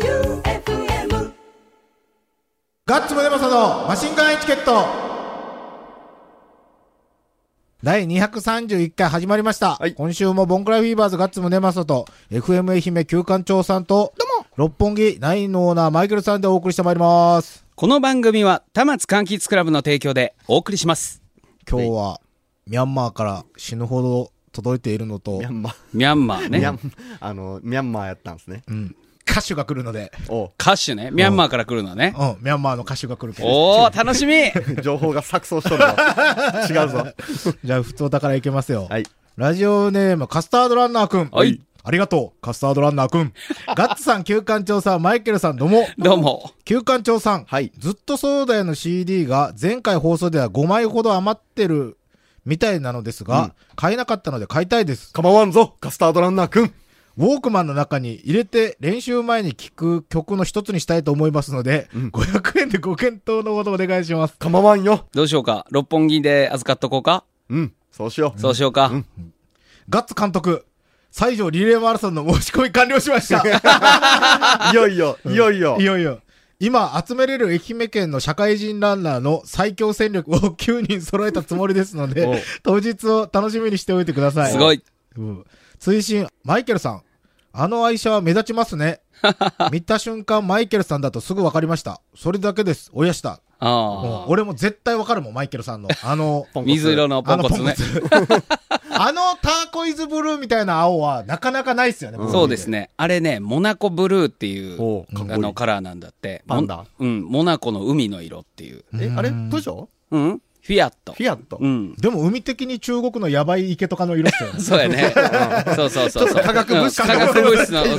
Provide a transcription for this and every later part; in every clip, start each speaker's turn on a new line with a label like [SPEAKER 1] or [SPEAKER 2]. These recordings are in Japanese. [SPEAKER 1] J-O-E-U-F-M
[SPEAKER 2] ガッツムネマソのマシンガンエチケット第231回始まりました。
[SPEAKER 3] はい
[SPEAKER 2] 今週もボンクラフィーバーズガッツムネマソと FM 愛媛旧館長さんと、六本木ナインのオーナーマイケルさんでお送りしてまいります。
[SPEAKER 4] この番組は、田松柑橘クラブの提供でお送りします。
[SPEAKER 2] 今日はミャンマーから死ぬほど届いているのと
[SPEAKER 3] ミャ、ンマー。
[SPEAKER 4] ミャンマー
[SPEAKER 3] ミャ
[SPEAKER 4] ね。
[SPEAKER 3] ン、あの、ミャンマー やったんですね。
[SPEAKER 2] うん、歌手が来るので、
[SPEAKER 3] お
[SPEAKER 4] 歌手ね。ミャンマーから来るのね。
[SPEAKER 2] うん、ミャンマーの歌手が来るけど、
[SPEAKER 4] おー、楽しみ
[SPEAKER 3] う情報が錯綜しとるわ。違うぞ。
[SPEAKER 2] じゃあ普通だからいけますよ。
[SPEAKER 3] はい。
[SPEAKER 2] ラジオネーム、カスタードランナーくん。
[SPEAKER 4] はい。
[SPEAKER 2] ありがとう、カスタードランナーく ん。ガッツさん、旧館長さん、マイケルさん、どうも。
[SPEAKER 4] どうも。
[SPEAKER 2] 旧館長さん。
[SPEAKER 3] はい
[SPEAKER 2] ずっとそうだよの CD が、前回放送では5枚ほど余ってるみたいなのですが、買えなかったので買いたいです。
[SPEAKER 3] 構わんぞ、カスタードランナーくん。
[SPEAKER 2] ウォークマンの中に入れて練習前に聴く曲の一つにしたいと思いますので、
[SPEAKER 3] ん
[SPEAKER 2] 500円でご検討のほどお願いします。
[SPEAKER 3] 構わんよ。
[SPEAKER 4] どうしようか。六本木で預かっとこうか。
[SPEAKER 3] うん。そうしよう。
[SPEAKER 4] そうしようか。
[SPEAKER 2] ガッツ監督、西条リレーマラソンの申し込み完了しました。
[SPEAKER 3] いよいよ、いよいよ
[SPEAKER 2] い。よいよ。今、集めれる愛媛県の社会人ランナーの最強戦力を9人揃えたつもりですの
[SPEAKER 3] おう
[SPEAKER 2] で、当日を楽しみにしておいてください。
[SPEAKER 4] すごい。
[SPEAKER 2] うん。追伸、マイケルさん。あの愛車は目立ちます ね。見た瞬間、マイケルさんだとすぐ分かりました。それだけです。親下。も
[SPEAKER 4] あ
[SPEAKER 2] う俺も絶対分かるもん、マイケルさんの。あの、
[SPEAKER 4] あ。水色のポ
[SPEAKER 2] あ
[SPEAKER 4] ン
[SPEAKER 2] の
[SPEAKER 4] コツね。
[SPEAKER 2] あのターコイズブルーみたいな青はなかなかないっすよね、
[SPEAKER 4] そうですね。あれね、モナコブルーっていう
[SPEAKER 3] おーかっこいい
[SPEAKER 4] あのカラーなんだって。
[SPEAKER 3] パンダ
[SPEAKER 4] モうん、モナコの海の色っていう。
[SPEAKER 2] 僕。
[SPEAKER 3] え、あれ
[SPEAKER 2] うん
[SPEAKER 3] プジョー
[SPEAKER 4] うんフィアット。
[SPEAKER 3] フィアット。
[SPEAKER 4] う
[SPEAKER 3] ち
[SPEAKER 4] ん。
[SPEAKER 2] でも海的に中国のやばい池とかの色っすよね。
[SPEAKER 4] そうやね。そうそうそうそう。
[SPEAKER 3] 化学物質
[SPEAKER 4] うん化学物質の、そう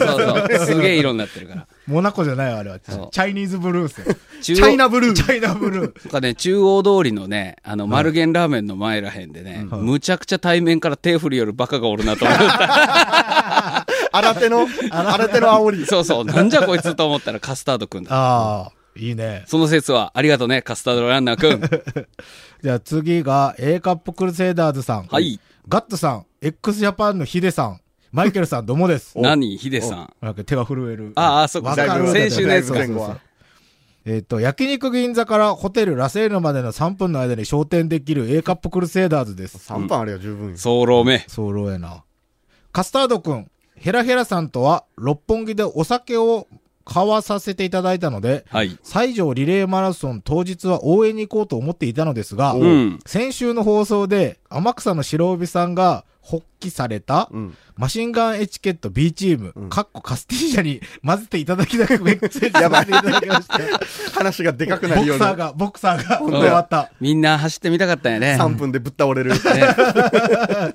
[SPEAKER 4] そう。すげえ色になってるから。
[SPEAKER 2] モナコじゃないよあれは。チ
[SPEAKER 4] そう
[SPEAKER 2] ャイニーズブルーっす よ。
[SPEAKER 4] 中
[SPEAKER 3] ャイナブル
[SPEAKER 2] チ
[SPEAKER 3] ー。
[SPEAKER 2] ャイナブルー。
[SPEAKER 4] とかね、中央通りのね、あの、丸源ラーメンの前らへんでね、むちゃくちゃ対面から手振りよるバカがおるなと思 った。
[SPEAKER 3] 新 手の、新手の煽り。
[SPEAKER 4] そうそう、なんじゃこいつと思ったらカスタードくんだ。
[SPEAKER 2] ああ、いいね。
[SPEAKER 4] その説は、ありがとね、カスタードランナーく ん。
[SPEAKER 2] じゃあ次が A カップクルセイダーズさん。
[SPEAKER 4] はい。
[SPEAKER 2] ガッツさん、x ジャパンのヒデさん、マイケルさん、どうも です。
[SPEAKER 4] 何ヒデさん。
[SPEAKER 2] なんか手が震える。
[SPEAKER 4] ああそっか
[SPEAKER 2] わかる
[SPEAKER 4] 先週のやつか
[SPEAKER 2] そうそうそうえっと、焼肉銀座からホテルラセールまでの3分の間に昇天できる A カップクルセイダーズです。
[SPEAKER 3] 3分あれよ、十分。
[SPEAKER 4] 早漏め。
[SPEAKER 2] そうろうやな。カスタードくん、ヘラヘラさんとは六本木でお酒を買わさせていただいたので、
[SPEAKER 4] はい。
[SPEAKER 2] 西条リレーマラソン当日は応援に行こうと思っていたのですが、
[SPEAKER 4] うん。
[SPEAKER 2] 先週の放送で天草の白帯さんが発起された、
[SPEAKER 3] うん。
[SPEAKER 2] マシンガンエチケット B チーム、
[SPEAKER 3] うん
[SPEAKER 2] カッコカスティージャに混ぜていただきたくメッ セージさせていただきました。
[SPEAKER 3] 話がでかくな
[SPEAKER 2] ボ
[SPEAKER 3] るよ
[SPEAKER 2] ク
[SPEAKER 3] う
[SPEAKER 2] サー
[SPEAKER 3] に。
[SPEAKER 2] が、ボクサーが、
[SPEAKER 4] 当
[SPEAKER 2] 終
[SPEAKER 4] や
[SPEAKER 2] わった。
[SPEAKER 4] みんな走ってみたかったんやね。
[SPEAKER 3] 3分でぶっ倒れる。
[SPEAKER 4] ね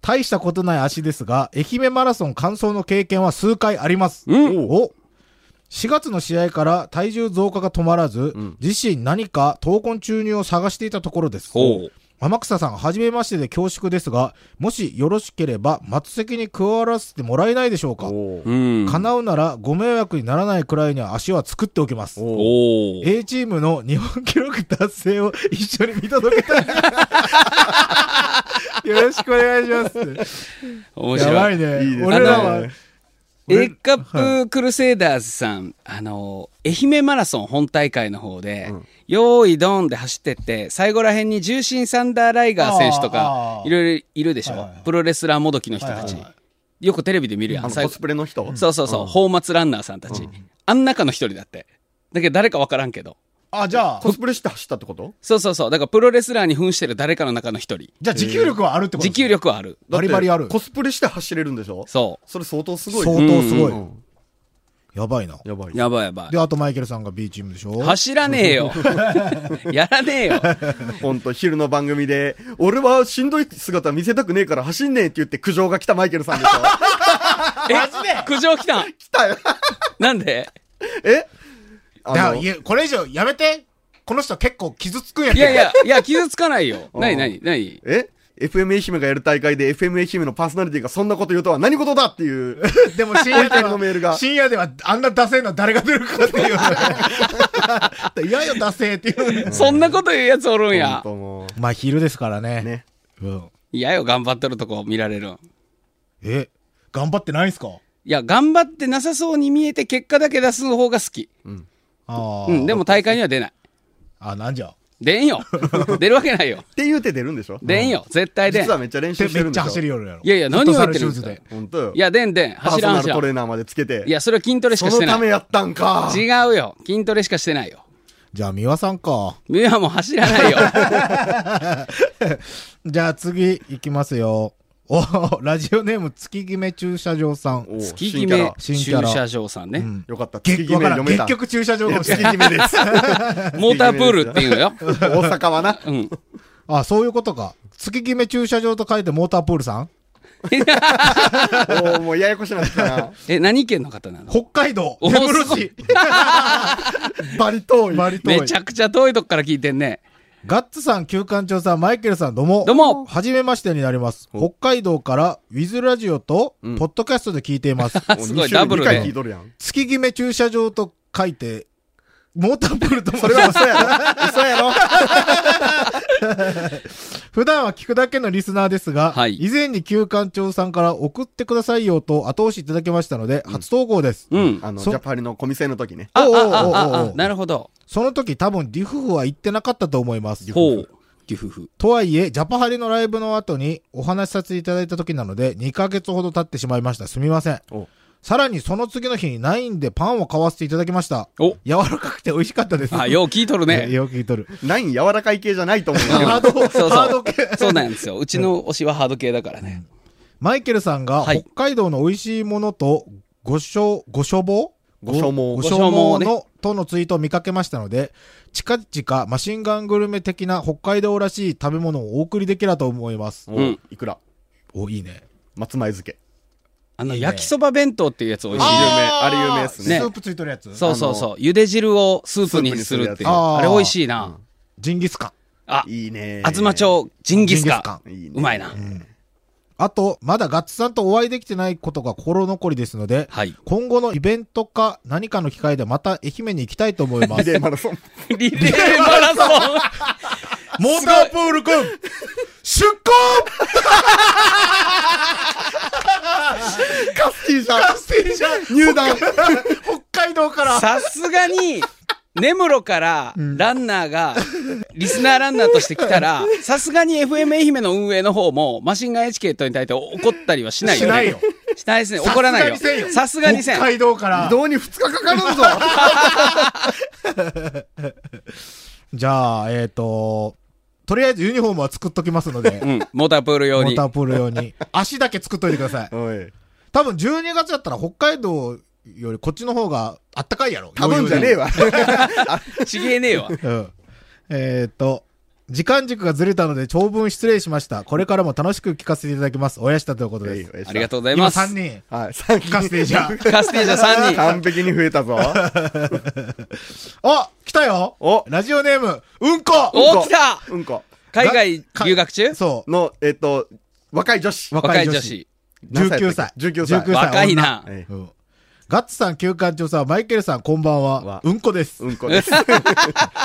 [SPEAKER 2] 大したことない足ですが、愛媛マラソン完走の経験は数回あります。
[SPEAKER 4] うん
[SPEAKER 2] お4月の試合から体重増加が止まらず、
[SPEAKER 3] ん
[SPEAKER 2] 自身何か闘魂注入を探していたところです。
[SPEAKER 4] ほう。
[SPEAKER 2] 天草さん、はじめましてで恐縮ですが、もしよろしければ、松席に加わらせてもらえないでしょうか。
[SPEAKER 3] おー
[SPEAKER 4] うん。
[SPEAKER 2] 叶うなら、ご迷惑にならないくらいには足は作っておきます。
[SPEAKER 3] おー
[SPEAKER 4] おー。
[SPEAKER 2] A チームの日本記録達成を一緒に見届けた い。よろしくお願いします。
[SPEAKER 4] 面
[SPEAKER 2] やば
[SPEAKER 4] 白い。
[SPEAKER 2] いね。
[SPEAKER 3] いいですね
[SPEAKER 2] 俺らは、
[SPEAKER 3] あの
[SPEAKER 4] エイカップクルセイダーズさん、あの、愛媛マラソン本大会の方で、用意ドンで走ってって、最後ら辺に重心サンダーライガー選手と
[SPEAKER 2] あ
[SPEAKER 4] か、
[SPEAKER 2] ー
[SPEAKER 4] いろいろいるでしょ、
[SPEAKER 2] はいはいはい
[SPEAKER 4] プロレスラーもどきの人た
[SPEAKER 2] はい
[SPEAKER 4] ち、
[SPEAKER 2] はいは
[SPEAKER 4] よくテレビで見るや
[SPEAKER 3] あ
[SPEAKER 4] ん。
[SPEAKER 3] の、
[SPEAKER 4] 最
[SPEAKER 3] コ
[SPEAKER 4] 後
[SPEAKER 3] スプレの人
[SPEAKER 4] そうそうそう、放末ランナーさんたち。あん中の一人だって。だけど誰かわからんけど。
[SPEAKER 2] あ、じゃあ、
[SPEAKER 3] コスプレして走ったってこと
[SPEAKER 4] そうそうそう。だからプロレスラーに扮してる誰かの中の一人。
[SPEAKER 2] じゃあ持久力はあるってこと
[SPEAKER 4] 持久
[SPEAKER 2] 力。
[SPEAKER 4] 力はある。
[SPEAKER 3] だっ
[SPEAKER 2] バ
[SPEAKER 3] て
[SPEAKER 2] リバリある
[SPEAKER 3] コスプレして走れるんでしょ
[SPEAKER 4] そ
[SPEAKER 3] それ相当すごい
[SPEAKER 2] 相
[SPEAKER 3] よ。
[SPEAKER 2] 当すごい。
[SPEAKER 4] うん。。
[SPEAKER 3] うん
[SPEAKER 2] やばいな。
[SPEAKER 3] やばいう
[SPEAKER 4] やばいやばい
[SPEAKER 2] で、。あとマイケルさんが B チームでしょ
[SPEAKER 4] 走らね えよ。やらねえよ。
[SPEAKER 3] ほんと、昼の番組で、俺はしんどい姿見せたくねえから走んねえって言って苦情が来たマイケルさんでしょ
[SPEAKER 4] え、苦情来 たん
[SPEAKER 3] 来たよ。
[SPEAKER 4] なんで
[SPEAKER 3] え
[SPEAKER 2] い
[SPEAKER 3] あ
[SPEAKER 2] や、
[SPEAKER 3] の、
[SPEAKER 2] いやこれ以上やめてこの人結構傷つくんやけ
[SPEAKER 4] い
[SPEAKER 2] ど。
[SPEAKER 4] やいや、いや、傷つかないよ。
[SPEAKER 3] うん
[SPEAKER 4] なになになに
[SPEAKER 3] え ?FM 愛媛がやる大会で FM 愛媛のパーソナリティがそんなこと言うとは何事だって いう。
[SPEAKER 2] でも深夜で
[SPEAKER 3] ご意見のメール
[SPEAKER 2] は、
[SPEAKER 3] が
[SPEAKER 2] 深夜ではあんなダセーの誰が出るかってい う。いやよ、ダセーっていう。
[SPEAKER 4] そんなこと言うやつおるんや
[SPEAKER 3] ほん。とも
[SPEAKER 2] まあ昼ですからね。
[SPEAKER 3] う。ね。
[SPEAKER 2] うん。
[SPEAKER 4] 嫌よ、頑張ってるとこ見られるん。
[SPEAKER 2] え、頑張ってないんすか
[SPEAKER 4] いや、頑張ってなさそうに見えて結果だけ出す方が好き。
[SPEAKER 2] ああ、
[SPEAKER 4] うん、でも大会には出ない。
[SPEAKER 2] あ、なんじゃ。
[SPEAKER 4] 出ん よ。出るわけないよ。
[SPEAKER 3] て言うて出るんでしょ
[SPEAKER 4] 出んよ。絶対出ん
[SPEAKER 3] 実。はめっちゃ練習
[SPEAKER 2] で
[SPEAKER 3] して
[SPEAKER 2] め
[SPEAKER 3] る
[SPEAKER 2] っ
[SPEAKER 3] ん
[SPEAKER 2] ち
[SPEAKER 3] で
[SPEAKER 2] ゃ
[SPEAKER 3] しょ
[SPEAKER 2] 走り寄るやろ。
[SPEAKER 4] いやいや何を言ってるんで
[SPEAKER 2] フ
[SPEAKER 4] す
[SPEAKER 2] ット
[SPEAKER 4] か
[SPEAKER 2] サルシューズで
[SPEAKER 3] 本当よ。
[SPEAKER 4] いや、出ん出ん。
[SPEAKER 3] パー
[SPEAKER 4] 走
[SPEAKER 3] ソ
[SPEAKER 4] らん
[SPEAKER 3] ナ
[SPEAKER 4] 走
[SPEAKER 3] ル
[SPEAKER 4] ら
[SPEAKER 3] トレー
[SPEAKER 4] ん。
[SPEAKER 3] ナーまでつけて。
[SPEAKER 4] いや、それは筋トレし
[SPEAKER 3] そ
[SPEAKER 4] かして
[SPEAKER 3] のた
[SPEAKER 4] な
[SPEAKER 3] め
[SPEAKER 4] い。
[SPEAKER 3] やったんか。
[SPEAKER 4] 違うよ。筋トレしかしてないよ。
[SPEAKER 2] じゃあ、三輪さんか。
[SPEAKER 4] いや、もう走ら ないよ。
[SPEAKER 2] じゃあ、次、いきますよ。おラジオネーム、月決め駐車場さん。
[SPEAKER 3] お
[SPEAKER 4] 月
[SPEAKER 3] 新
[SPEAKER 4] 決
[SPEAKER 3] キャ
[SPEAKER 4] め
[SPEAKER 3] ラ
[SPEAKER 2] 新キャ
[SPEAKER 4] 駐
[SPEAKER 2] ラ
[SPEAKER 4] 車場さんね。
[SPEAKER 3] よかった。月
[SPEAKER 2] 結
[SPEAKER 3] 決
[SPEAKER 2] 局
[SPEAKER 3] め読めた。
[SPEAKER 2] 結局駐車場
[SPEAKER 3] い
[SPEAKER 2] か
[SPEAKER 3] や
[SPEAKER 2] もしれ
[SPEAKER 3] 月
[SPEAKER 2] ない
[SPEAKER 3] 決めです。
[SPEAKER 4] モータープールっていうのよ。
[SPEAKER 3] 大阪はな。
[SPEAKER 4] うん。
[SPEAKER 2] あ、そういうことか。月決め駐車場と書いてモータープールさん
[SPEAKER 3] おーもうややこしなってき たな。
[SPEAKER 4] え、何県の方なの
[SPEAKER 2] 北海道、
[SPEAKER 4] お
[SPEAKER 2] 根室市。
[SPEAKER 3] バリ遠 い。
[SPEAKER 2] バリ島
[SPEAKER 4] めちゃくちゃ遠いとこから聞いてんね。
[SPEAKER 2] ガッツさん、旧館長さん、マイケルさん、どうも。
[SPEAKER 4] どうも
[SPEAKER 2] はじめましてになります。
[SPEAKER 3] お
[SPEAKER 2] 北海道から、ウィズラジオと、
[SPEAKER 3] うん
[SPEAKER 2] ポッドキャストで聞いてい ます。
[SPEAKER 3] もう
[SPEAKER 4] すごい
[SPEAKER 3] 二週に
[SPEAKER 4] ダブルで
[SPEAKER 3] 二回聞いとるやん。
[SPEAKER 2] 月決め駐車場と書いて、モータープールと申
[SPEAKER 3] それ
[SPEAKER 2] し
[SPEAKER 3] は
[SPEAKER 2] ます。
[SPEAKER 3] 嘘やろ。 嘘やろ。
[SPEAKER 2] 普段は聞くだけのリスナーですが、
[SPEAKER 4] はい
[SPEAKER 2] 以前に旧館長さんから送ってくださいよと後押しいただきましたので、初投稿です。
[SPEAKER 4] うん。
[SPEAKER 3] あの、ジ
[SPEAKER 2] そ
[SPEAKER 3] ャパリの小店の時ね。
[SPEAKER 4] あ、あ、
[SPEAKER 2] おうおう
[SPEAKER 4] あ、
[SPEAKER 2] おうおう
[SPEAKER 4] あ、あ、なるほど。
[SPEAKER 2] その時多分、リフフは言ってなかったと思います。
[SPEAKER 4] ほう。ギフフ。
[SPEAKER 2] とはいえ、ジャパハリのライブの後にお話しさせていただいた時なので、2ヶ月ほど経ってしまいました。すみません
[SPEAKER 3] お。
[SPEAKER 2] さらにその次の日にナインでパンを買わせていただきました。
[SPEAKER 4] お
[SPEAKER 2] 柔らかくて美味しかったです。
[SPEAKER 4] あ、よう聞いとる
[SPEAKER 2] ね、
[SPEAKER 4] ね。
[SPEAKER 2] よく聞いとる。
[SPEAKER 3] ナイン柔らかい系じゃないと思うけど。
[SPEAKER 2] ハード、
[SPEAKER 4] そうそう
[SPEAKER 2] ハード系。
[SPEAKER 4] そうなんですよ。うちの推しはハード系だからね。
[SPEAKER 2] マイケルさんが
[SPEAKER 4] はい
[SPEAKER 2] 北海道の美味しいものとごしょ、ごしょぼ
[SPEAKER 3] ご所望
[SPEAKER 2] ご所
[SPEAKER 4] ご所望
[SPEAKER 2] 望
[SPEAKER 4] ね
[SPEAKER 2] の、とのツイートを見かけましたので、近々マシンガングルメ的な北海道らしい食べ物をお送りできたらと思います。
[SPEAKER 3] お
[SPEAKER 4] うん
[SPEAKER 3] いくら
[SPEAKER 2] お、いいね。
[SPEAKER 3] 松前漬け。
[SPEAKER 4] あの、
[SPEAKER 2] いいね
[SPEAKER 4] 焼きそば弁当っていうやつ美味しい
[SPEAKER 3] 有名
[SPEAKER 4] よ。
[SPEAKER 3] あれ有名っすね
[SPEAKER 2] スープついとるやつ
[SPEAKER 4] そうそうそう。ゆで汁をスープにするっていう。
[SPEAKER 2] スープにするや
[SPEAKER 4] あ
[SPEAKER 2] つ
[SPEAKER 4] れ美味しいな。
[SPEAKER 2] ジンギスカン。
[SPEAKER 4] あ、
[SPEAKER 3] いいね。
[SPEAKER 4] あずま。町ジンギスカ
[SPEAKER 3] ジンギスカンいい
[SPEAKER 4] ン。
[SPEAKER 3] ね
[SPEAKER 4] うまいな。
[SPEAKER 2] あと、まだガッツさんとお会いできてないことが心残りですので、
[SPEAKER 4] はい。
[SPEAKER 2] 今後のイベントか何かの機会でまた愛媛に行きたいと思いま
[SPEAKER 3] リ
[SPEAKER 2] す。
[SPEAKER 3] レーマラソン。
[SPEAKER 4] リレーマラソン
[SPEAKER 2] モータープールくん、出航
[SPEAKER 3] カスティじゃん。
[SPEAKER 2] 入 団北海道から
[SPEAKER 4] さすがに、根室からランナーが、リスナーランナーとして来たら、さすがに FM 愛媛の運営の方も、マシンガンエチケットに対して怒ったりはしないよ、ね。
[SPEAKER 2] しないよ。
[SPEAKER 4] しないですね。怒らないよ
[SPEAKER 2] さすがにせん。よ
[SPEAKER 4] さすがにせん
[SPEAKER 2] 北。海道から
[SPEAKER 3] 移動に2日かかるぞ。
[SPEAKER 2] じゃあ、えっ、と、とりあえずユニフォームは作っときますので
[SPEAKER 4] う、ん。モータープール
[SPEAKER 2] モ
[SPEAKER 4] 用
[SPEAKER 2] ー
[SPEAKER 4] に
[SPEAKER 2] タ。ープール用に。足だけ作っといてください。
[SPEAKER 3] おい。
[SPEAKER 2] 多分12月だったら北海道よりこっちの方があったかいやろ。
[SPEAKER 3] 多分じゃねえわ。
[SPEAKER 4] ちげえねえわ。
[SPEAKER 2] うん。えー、っと、時間軸がずれたので長文失礼しました。これからも楽しく聞かせていただきます。おやしたと いうことです。
[SPEAKER 4] ありがと
[SPEAKER 3] う。
[SPEAKER 4] うござい
[SPEAKER 2] 今
[SPEAKER 4] ます。
[SPEAKER 2] 3人、
[SPEAKER 3] はい。さっ
[SPEAKER 2] 聞かせてじ ゃ
[SPEAKER 4] カステージャ3人。
[SPEAKER 3] 完璧に増えたぞ。
[SPEAKER 2] あ。あ、来たよ
[SPEAKER 3] お
[SPEAKER 2] ラジオネーム、うんこ
[SPEAKER 4] おー来た
[SPEAKER 3] うんこ。
[SPEAKER 4] 海
[SPEAKER 2] か
[SPEAKER 4] 外留学中
[SPEAKER 2] そう。
[SPEAKER 3] の、えっと、若い女子。
[SPEAKER 4] 若い女。子。
[SPEAKER 3] 何や
[SPEAKER 2] 19
[SPEAKER 3] ったっ
[SPEAKER 2] 歳。
[SPEAKER 3] け19歳。
[SPEAKER 2] 19歳
[SPEAKER 4] 若いな。
[SPEAKER 3] ええ
[SPEAKER 2] うん。ガッツさん、休館長さん、マイケルさん、こんばんは
[SPEAKER 3] わ。
[SPEAKER 2] うんこです。
[SPEAKER 3] うんこです。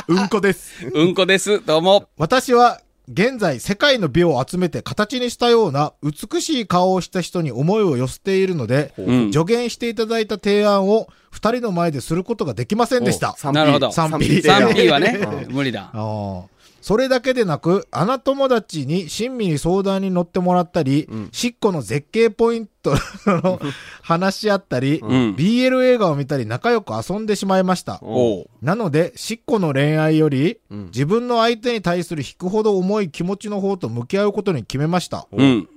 [SPEAKER 2] うんこです。
[SPEAKER 4] うんこです。どうも。
[SPEAKER 2] 私は、現在、世界の美を集めて形にしたような美しい顔をした人に思いを寄せているので、
[SPEAKER 4] うん。
[SPEAKER 2] 助言していただいた提案を二人の前ですることができませんでした。
[SPEAKER 3] 3P
[SPEAKER 4] なるほど
[SPEAKER 2] 3P
[SPEAKER 4] 3P は
[SPEAKER 3] うん
[SPEAKER 4] ね、無理だ。
[SPEAKER 2] ああそれだけでなく、あな友達に親身に相談に乗ってもらったり、
[SPEAKER 3] うん
[SPEAKER 2] しっこの絶景ポイントの 話し合ったり、
[SPEAKER 4] うん
[SPEAKER 2] BL 映画を見たり仲良く遊んでしまいました。
[SPEAKER 3] おう
[SPEAKER 4] おう。
[SPEAKER 2] なので、しっこの恋愛より、
[SPEAKER 3] うん
[SPEAKER 2] 自分の相手に対する引くほど重い気持ちの方と向き合うことに決めました。
[SPEAKER 4] うん。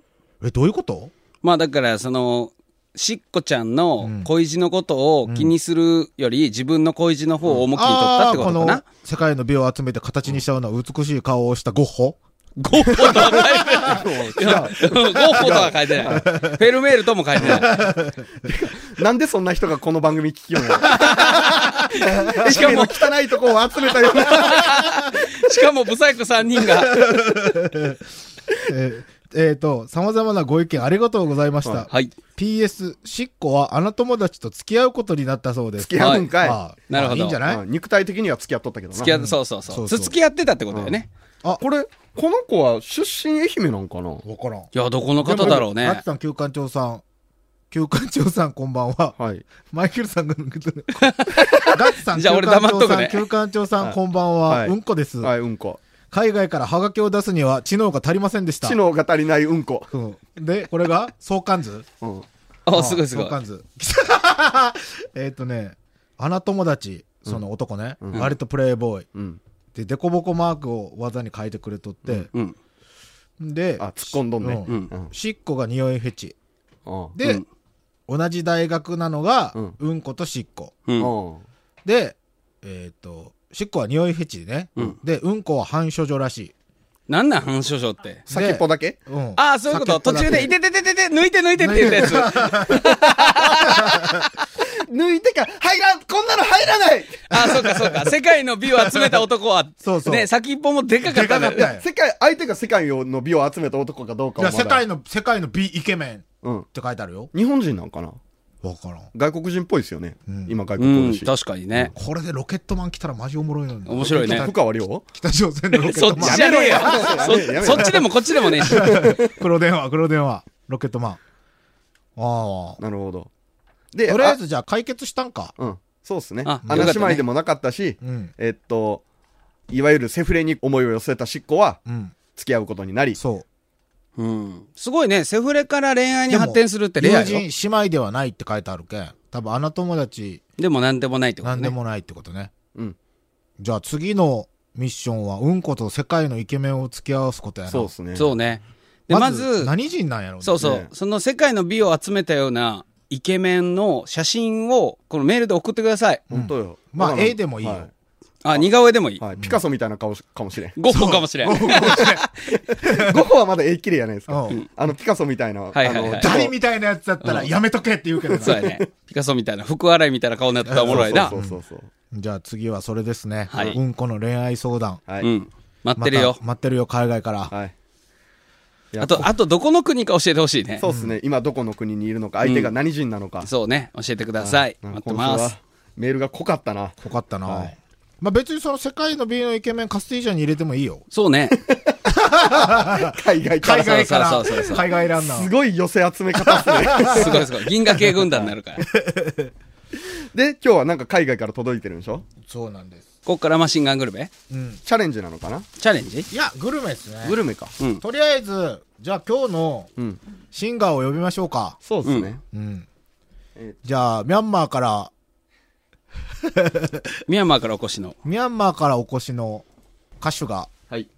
[SPEAKER 2] え、どういうこと
[SPEAKER 4] まあだから、その、しっこちゃんの
[SPEAKER 2] うん
[SPEAKER 4] 恋路のことを気にするより、自分の恋路の方を重きに取ったってことか
[SPEAKER 2] ああ
[SPEAKER 4] な
[SPEAKER 2] こ。の世界の美を集めて形にしたような美しい顔をしたゴッホ
[SPEAKER 4] ゴッホとは書いてない。うんゴッホとは書いてない。フェルメールとも書いてな
[SPEAKER 3] なんでそんな人がこの番組聞きようの
[SPEAKER 4] い。しかも、
[SPEAKER 3] 汚いとこを集めたような。
[SPEAKER 4] しかも、ブサイク3人が。
[SPEAKER 2] えーえーと、様々なご意見ありがとうございました。
[SPEAKER 3] は
[SPEAKER 4] はい。
[SPEAKER 2] PS、しっこはあの友達と付き合うことになったそうです。
[SPEAKER 3] 付き合うんかい。
[SPEAKER 2] ああ
[SPEAKER 4] なるほど
[SPEAKER 2] いいんじゃない、
[SPEAKER 3] うん肉体的には付き合っとったけどな。
[SPEAKER 4] 付き合って、そうそうそ。
[SPEAKER 2] そうう
[SPEAKER 4] つ
[SPEAKER 2] そう
[SPEAKER 4] 付き合ってたってことだよね。
[SPEAKER 2] あ、
[SPEAKER 3] これ、この子は出身愛媛なんかな
[SPEAKER 2] わからん。
[SPEAKER 4] いや、どこの方だろう
[SPEAKER 2] でもあ
[SPEAKER 4] ね
[SPEAKER 2] つ。さん、旧館長さん、旧館長さんこんばん は。
[SPEAKER 3] はい。
[SPEAKER 2] マイケルさんが抜け てる。ガッツさん、
[SPEAKER 4] じゃあ俺
[SPEAKER 2] 旧館長
[SPEAKER 4] 黙っと
[SPEAKER 2] さ
[SPEAKER 4] く
[SPEAKER 2] ん、
[SPEAKER 4] ね
[SPEAKER 2] 旧館長さ
[SPEAKER 3] は
[SPEAKER 2] ん
[SPEAKER 3] い
[SPEAKER 2] こんばんは。
[SPEAKER 3] はい
[SPEAKER 2] うんこです。
[SPEAKER 3] はい、うんこ。
[SPEAKER 2] 海外からハガキを出すには知能が足りませんでした。
[SPEAKER 3] 知能が足りないうんこ。
[SPEAKER 2] うん。で、これが相関図
[SPEAKER 3] うん。
[SPEAKER 4] おすごいすごい
[SPEAKER 2] 相。関図。 えっとね、穴友達、その男ね、割とプレイボーイ。
[SPEAKER 3] うん。
[SPEAKER 2] で、デコボコマークを技に変えてくれとって、
[SPEAKER 4] うん。
[SPEAKER 2] で、
[SPEAKER 3] あ、突っ込んどんね。
[SPEAKER 2] う
[SPEAKER 4] うんん。
[SPEAKER 2] しっこが匂いフェチ。
[SPEAKER 3] うん。
[SPEAKER 2] で、
[SPEAKER 4] うん
[SPEAKER 2] 同じ大学なのが、う
[SPEAKER 3] うんん、
[SPEAKER 2] ことしっこ。
[SPEAKER 4] うん。
[SPEAKER 3] うん。
[SPEAKER 2] で、えっ、と、しっこは匂いフェチね。
[SPEAKER 4] うん
[SPEAKER 2] で、うんこは反処女らしい。
[SPEAKER 4] なんなん、反射症って。
[SPEAKER 3] 先っぽだけ
[SPEAKER 2] うん。
[SPEAKER 4] ああ、そういうこと。
[SPEAKER 2] 先っぽ
[SPEAKER 4] 途
[SPEAKER 2] だけ
[SPEAKER 4] 中で、いててててて、抜いて抜いてって言ったやつ。あ
[SPEAKER 3] 抜いてか、入らんこんなの入らない
[SPEAKER 4] あー、そうかそうか。世界の美を集めた男は、
[SPEAKER 2] そうそう
[SPEAKER 4] ね、先っぽもでかかった
[SPEAKER 2] でかかった
[SPEAKER 4] ね。
[SPEAKER 2] よ
[SPEAKER 3] 世界、相手が世界の美を集めた男かどうか
[SPEAKER 2] じゃ
[SPEAKER 3] は
[SPEAKER 2] あ
[SPEAKER 3] まだ
[SPEAKER 2] 世界の、世界の美イケメンっ
[SPEAKER 3] うん。
[SPEAKER 2] て書いてあるよ。
[SPEAKER 3] 日本人なんかな
[SPEAKER 2] わからん。
[SPEAKER 3] 外国人っぽいですよね。今外
[SPEAKER 4] う
[SPEAKER 3] 国おる
[SPEAKER 4] ん、
[SPEAKER 3] し。
[SPEAKER 4] 確かにね。
[SPEAKER 2] これでロケットマン来たらマジおもろいのに。
[SPEAKER 4] 面白いね
[SPEAKER 3] 深川亮
[SPEAKER 2] 北朝鮮のロケッ
[SPEAKER 4] そ
[SPEAKER 2] ト
[SPEAKER 4] っ
[SPEAKER 2] マ
[SPEAKER 4] ち
[SPEAKER 2] ン
[SPEAKER 4] じ。ゃねえよ
[SPEAKER 3] やめろやめろ
[SPEAKER 4] そそっちでもこっちでもねえし。
[SPEAKER 2] 黒電話、黒電話。ロケットマン。ああ。
[SPEAKER 3] なるほど。で、
[SPEAKER 2] とりあえずじゃあ解決したんか。
[SPEAKER 3] うん。そうっすね。
[SPEAKER 4] あ
[SPEAKER 3] 穴
[SPEAKER 4] よかったね
[SPEAKER 3] 姉妹でもなかったし、
[SPEAKER 2] うん
[SPEAKER 3] えっと、いわゆるセフレに思いを寄せた執行は
[SPEAKER 2] うん。
[SPEAKER 3] 付き合うことになり、
[SPEAKER 2] そう。
[SPEAKER 4] うん。すごいね。セフレから恋愛に発展するってレア
[SPEAKER 2] 友
[SPEAKER 4] よ。
[SPEAKER 2] 人姉妹ではないって書いてあるけん。多分、あの友達、
[SPEAKER 4] でもなんでもないってこと
[SPEAKER 2] なんで
[SPEAKER 4] ね。
[SPEAKER 2] もないってことね。
[SPEAKER 3] うん。
[SPEAKER 2] じゃあ次のミッションは、うんこと世界のイケメンを付き合わすことやな。
[SPEAKER 3] そうっすね。
[SPEAKER 4] そうね。で、まず、
[SPEAKER 2] 何人なんやろ
[SPEAKER 4] そうそう、
[SPEAKER 3] ね
[SPEAKER 4] その世界の美を集めたようなイケメンの写真をこのメールで送ってください。
[SPEAKER 3] 本当よ。
[SPEAKER 2] まあ
[SPEAKER 3] だから
[SPEAKER 2] 絵でもいいよ
[SPEAKER 3] は
[SPEAKER 4] あ、似顔絵でもいい。。
[SPEAKER 3] はい。ピカソみたいな顔しかもしれん
[SPEAKER 4] ゴッホかもしれん。
[SPEAKER 3] ゴッホはまだ絵綺麗やないですか
[SPEAKER 2] う。ん。
[SPEAKER 3] あの、ピカソみたいな。
[SPEAKER 4] はいはいはい
[SPEAKER 3] あの
[SPEAKER 2] 誰みたいなやつだったらやめとけって言うけど
[SPEAKER 4] そ
[SPEAKER 2] な
[SPEAKER 4] うや。ね。ピカソみたいな、福笑いみたいな顔になってたらおもろいな。
[SPEAKER 3] そうそうそうそう
[SPEAKER 2] じゃあ次はそれですね。
[SPEAKER 4] はい
[SPEAKER 2] うんこの恋愛相談。
[SPEAKER 3] そう。は
[SPEAKER 4] う
[SPEAKER 3] い。
[SPEAKER 4] ん。待ってるよ
[SPEAKER 2] また。待ってるよ、海外から。
[SPEAKER 3] はい。
[SPEAKER 4] あと、あとどこの国か教えてほしいね。
[SPEAKER 3] そうですね。今どこの国にいるのか、相手が何人なのか。
[SPEAKER 4] そうね。教えてください。
[SPEAKER 3] なん
[SPEAKER 4] 待
[SPEAKER 3] か
[SPEAKER 4] ってます。。
[SPEAKER 3] メールが濃かっ たな。
[SPEAKER 2] よかったな。
[SPEAKER 3] はい
[SPEAKER 2] まあ別にその世界の美のイケメンカスティージャに入れてもいいよ。
[SPEAKER 4] そうね。
[SPEAKER 3] 海外か
[SPEAKER 2] 海
[SPEAKER 3] ら。
[SPEAKER 2] 外から
[SPEAKER 4] そうそうそうそ、う
[SPEAKER 2] 海外ランナ
[SPEAKER 3] す
[SPEAKER 2] ー。
[SPEAKER 3] ごい寄せ集め方っすね。
[SPEAKER 4] すごいすごい。銀河系軍団になるから。
[SPEAKER 3] で、今日はなんか海外から届いてるんでしょ
[SPEAKER 2] そうなんです。
[SPEAKER 4] こっからマシンガングルメ
[SPEAKER 2] うん。
[SPEAKER 3] チャレンジなのかない
[SPEAKER 4] チャレンジ
[SPEAKER 2] いや、グルメですね。
[SPEAKER 3] グルメか。
[SPEAKER 4] うん。
[SPEAKER 2] とりあえず、じゃあ今日の
[SPEAKER 3] うん。
[SPEAKER 2] シンガーを呼びましょうか。
[SPEAKER 3] そうですね。
[SPEAKER 2] うん
[SPEAKER 3] え。
[SPEAKER 2] じゃあ、ミャンマーから、
[SPEAKER 4] ミャンマーからお越しの。
[SPEAKER 2] ミャンマーからお越しの歌手が、
[SPEAKER 3] はい。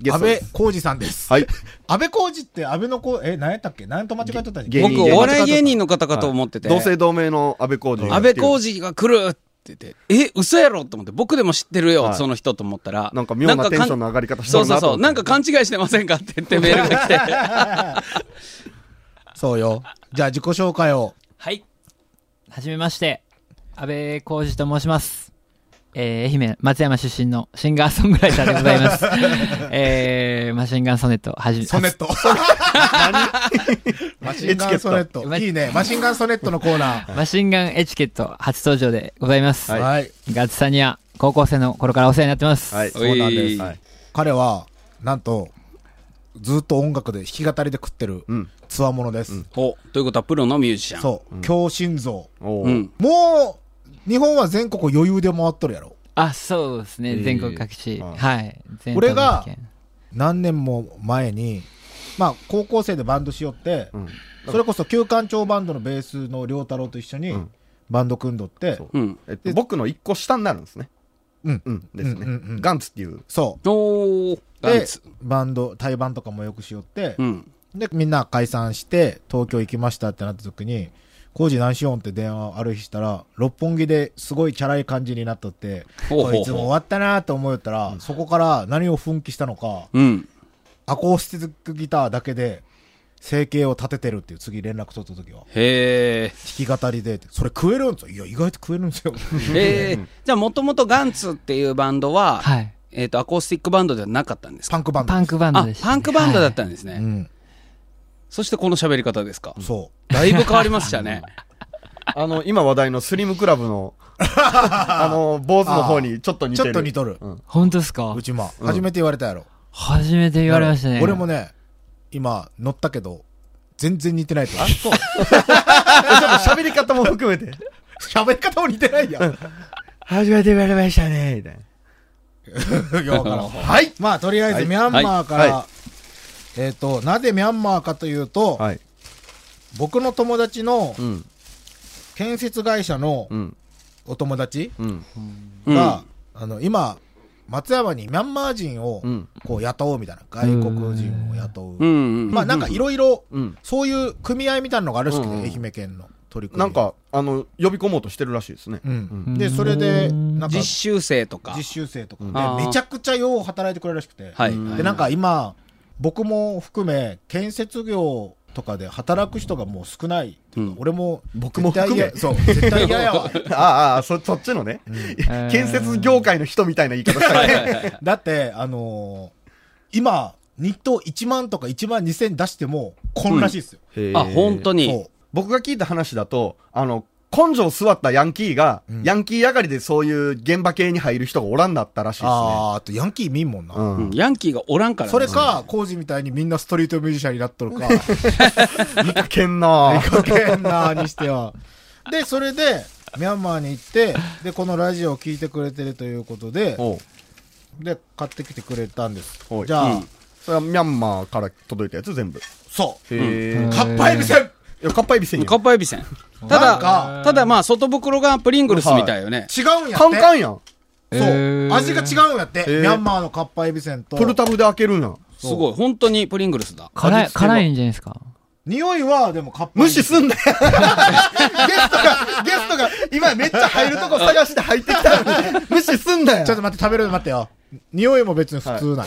[SPEAKER 3] ゲス
[SPEAKER 2] 安
[SPEAKER 3] トで
[SPEAKER 2] 倍
[SPEAKER 3] す。
[SPEAKER 2] 浩二さんです。
[SPEAKER 3] はい。
[SPEAKER 2] 安倍浩二って安倍のこえ、何やったっけ何と間違えとったんや
[SPEAKER 3] 芸人
[SPEAKER 4] 僕、お笑い芸人の方かと思ってて。
[SPEAKER 3] 同姓同名の安倍浩二。
[SPEAKER 4] 安倍浩二が来るって言って、え、嘘やろと思って、僕でも知ってるよ、
[SPEAKER 3] はい
[SPEAKER 4] その人と思ったら。
[SPEAKER 3] なんか妙なテンションの上がり方して
[SPEAKER 4] そう
[SPEAKER 3] る
[SPEAKER 4] そう
[SPEAKER 3] なと
[SPEAKER 4] そう。
[SPEAKER 3] 思って
[SPEAKER 4] なんか勘違いしてませんかって言ってメールが来て。
[SPEAKER 2] そうよ。じゃあ自己紹介を。
[SPEAKER 5] はい。はじめまして。安倍浩二と申します。えー、愛媛、松山出身のシンガーソングライターでございます。えー、マシンガンソネット、はじ め、
[SPEAKER 2] ソネット。 マシンガンソネット。いいね。マシンガンソネットのコーナ
[SPEAKER 5] マシンガンエチケット初登場でございます。
[SPEAKER 2] ー。はい。
[SPEAKER 5] ガッツさんには高校生の頃からお世話になってます。
[SPEAKER 3] はい。
[SPEAKER 2] そうなんです
[SPEAKER 4] おい
[SPEAKER 3] はい
[SPEAKER 2] 彼は、なんと、ずっと音楽で弾き語りで食ってる
[SPEAKER 3] うん。
[SPEAKER 2] つわものです。
[SPEAKER 4] お、ということはプロのミュージシャン。
[SPEAKER 2] そう。強心臓。
[SPEAKER 3] お
[SPEAKER 4] う
[SPEAKER 3] ー
[SPEAKER 4] ん。
[SPEAKER 2] もう、日本は全国余裕で回っとるやろ。
[SPEAKER 5] あ、そうですね。全国各地。
[SPEAKER 3] あ
[SPEAKER 5] はい。全
[SPEAKER 2] 俺が
[SPEAKER 5] 都道府県
[SPEAKER 2] 何年も前に、まあ、高校生でバンドしよって、
[SPEAKER 3] ん
[SPEAKER 2] それこそ旧館長バンドのベースの良太郎と一緒にバンド組んどって、
[SPEAKER 3] そう
[SPEAKER 4] うん。
[SPEAKER 3] えっと僕の一個下になるんですね。
[SPEAKER 2] うん
[SPEAKER 3] うん。です
[SPEAKER 2] うんうんう
[SPEAKER 3] ね
[SPEAKER 2] ん。
[SPEAKER 3] ガンツっていう。
[SPEAKER 2] そ
[SPEAKER 4] おー、
[SPEAKER 2] う。
[SPEAKER 4] ガ
[SPEAKER 2] で
[SPEAKER 4] ンツ。、
[SPEAKER 2] バンド、対バンとかもよくしよって、
[SPEAKER 4] うん。
[SPEAKER 2] で、みんな解散して、東京行きましたってなった時に、工事何しよんって電話をある日したら、六本木ですごいチャラい感じになっとって、
[SPEAKER 4] ほうほうほう
[SPEAKER 2] こいつも終わったなと思うよったら、そこから何を奮起したのか、
[SPEAKER 4] うん。
[SPEAKER 2] アコースティックギターだけで、生計を立ててるっていう次連絡取った時は。
[SPEAKER 4] へー。
[SPEAKER 2] 弾き語りでって、それ食えるんですよ。いや、意外と食えるん ですよ。
[SPEAKER 4] えー、じゃあもともとガンツっていうバンドは、
[SPEAKER 5] はい。
[SPEAKER 4] えっ、と、アコースティックバンドではなかったんですか
[SPEAKER 2] パンクバンド。
[SPEAKER 5] パンクバンドでした、
[SPEAKER 4] あ、パンクバンドだった
[SPEAKER 5] はい
[SPEAKER 4] んですね。
[SPEAKER 2] うん。
[SPEAKER 4] そしてこの喋り方ですか。
[SPEAKER 2] そう。
[SPEAKER 4] だいぶ変わりました ね。
[SPEAKER 3] あの、今話題のスリムクラブ の、あの、坊主の方にちょっと似て
[SPEAKER 2] ち
[SPEAKER 3] る。
[SPEAKER 2] ょっと似とる。
[SPEAKER 5] 本当ですか
[SPEAKER 2] うちも。初めて言われたやろ。
[SPEAKER 5] 初めて言われましたね。
[SPEAKER 2] 俺もね、今、乗ったけど、全然似てないと思う。
[SPEAKER 3] そう。ちょっと喋り方も含めて。
[SPEAKER 2] 喋り方も似てないやん。
[SPEAKER 3] 初めて言われましたね、みたいな。
[SPEAKER 2] いやわからんはい。まあ、とりあえ
[SPEAKER 3] は
[SPEAKER 2] ず、
[SPEAKER 3] い
[SPEAKER 2] ミャンマーか
[SPEAKER 3] は
[SPEAKER 2] ら、えっと、なぜミャンマーかというと、
[SPEAKER 3] はい。
[SPEAKER 2] 僕の友達の
[SPEAKER 3] うん。
[SPEAKER 2] 建設会社の
[SPEAKER 3] うん。
[SPEAKER 2] お友達
[SPEAKER 3] うん。
[SPEAKER 4] うん
[SPEAKER 2] が、あの、今、松山にミャンマー人を
[SPEAKER 3] うん、
[SPEAKER 2] こう、雇おうみたいな。外国人を雇
[SPEAKER 4] うん
[SPEAKER 2] う。
[SPEAKER 4] うん
[SPEAKER 2] まあ、なんかいろいろ、
[SPEAKER 3] うん。
[SPEAKER 2] そういう組合みたいなのがあるらしくて、
[SPEAKER 3] うんうん
[SPEAKER 2] 愛媛県の取り組み。
[SPEAKER 3] なん、か、あの、呼び込もうとしてるらしいですね。
[SPEAKER 2] うん。で、それで、なんか
[SPEAKER 4] 実、習生とか
[SPEAKER 2] 実習生とか
[SPEAKER 3] うん
[SPEAKER 4] あー
[SPEAKER 2] で、めちゃくちゃよう働いてくれるらしくて。
[SPEAKER 4] はい
[SPEAKER 3] うん
[SPEAKER 2] で、なんか今、僕も含め、建設業とかで働く人がもう少ない。
[SPEAKER 4] うん
[SPEAKER 2] 俺も、僕
[SPEAKER 3] も含め
[SPEAKER 2] そう、絶対嫌やわ。
[SPEAKER 3] あ あ、ああ、そ、そっちのね。 建設業界の人みたいな言い方したね。
[SPEAKER 2] だって、あのー今、日当1万とか1万2000出しても、こんらしいですよ。
[SPEAKER 4] あ本当に
[SPEAKER 2] そう。
[SPEAKER 3] 僕が聞いた話だと、あの、根性座ったヤンキーが、
[SPEAKER 2] うん
[SPEAKER 3] ヤンキー上がりでそういう現場系に入る人がおらんだったらしいですね。
[SPEAKER 2] あー、あとヤンキー見んもんな。
[SPEAKER 3] う
[SPEAKER 4] うんん。ヤンキーがおらんからね
[SPEAKER 2] それか、コージみたいにみんなストリートミュージシャンになっとるか、
[SPEAKER 3] 見かけんな
[SPEAKER 2] ごけんなーにしては。で、それで、ミャンマーに行って、で、このラジオを聞いてくれてるということで、
[SPEAKER 3] おう
[SPEAKER 2] で、買ってきてくれたんです
[SPEAKER 3] お。い
[SPEAKER 2] じゃあ、
[SPEAKER 4] うん
[SPEAKER 3] それはミャンマーから届いたやつ全部。
[SPEAKER 2] そう。
[SPEAKER 3] へ
[SPEAKER 5] うん
[SPEAKER 2] かっぱえびせん
[SPEAKER 3] いや、かっぱえびせんよ。
[SPEAKER 4] カッパエビせんた
[SPEAKER 2] なん
[SPEAKER 4] だ
[SPEAKER 2] か
[SPEAKER 4] ただまあ外袋がプリングルスみたいよね
[SPEAKER 2] 違うんやって。
[SPEAKER 3] カンカンやん。
[SPEAKER 2] そう、
[SPEAKER 5] へー
[SPEAKER 2] 味が違うんやって。ミ
[SPEAKER 3] ー
[SPEAKER 2] ャンマーのカッパエビせんと。
[SPEAKER 3] プルタブで開けるんやん。
[SPEAKER 4] すごい本当にプリングルスだ
[SPEAKER 5] 辛
[SPEAKER 3] 味
[SPEAKER 5] い、
[SPEAKER 3] 付けは
[SPEAKER 5] 辛いんじゃないですか。
[SPEAKER 2] 匂いは、でもカッパエ
[SPEAKER 3] 無
[SPEAKER 2] ビせ
[SPEAKER 3] 視
[SPEAKER 2] ん
[SPEAKER 3] すんなよゲストが、ゲストが、今めっちゃ入るとこ探して入ってきたのに、無視すんなよ
[SPEAKER 2] ちょっと待って、食べるの待ってよ。匂いも別に普通なんや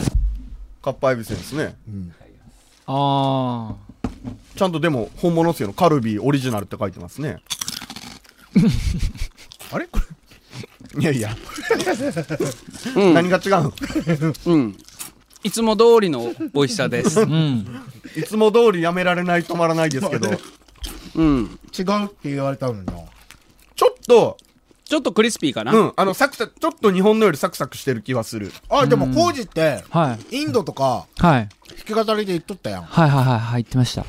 [SPEAKER 3] カッパエビセンですね。
[SPEAKER 5] あ
[SPEAKER 3] ちゃんとでも、本物っすよ。カルビーオリジナルって書いてます ね。
[SPEAKER 2] あれこれ。
[SPEAKER 3] いやいや、
[SPEAKER 4] うん
[SPEAKER 3] 何が違うの
[SPEAKER 4] うんいつも通りの美味しさです
[SPEAKER 5] あ。うん。
[SPEAKER 3] いつも通りやめられない止まらないですけど、
[SPEAKER 4] うん
[SPEAKER 2] 違うって言われたのにな。
[SPEAKER 3] ちょっと、
[SPEAKER 4] ちょっとクリスピーかな
[SPEAKER 3] うん、あの、サクサク、ちょっと日本のよりサクサクしてる気はする。
[SPEAKER 2] あ、でも、コージって、
[SPEAKER 5] は
[SPEAKER 2] インドとか、
[SPEAKER 5] い。はい。
[SPEAKER 2] 弾き語りで言っとったやん。
[SPEAKER 5] はいはいはい、入ってました。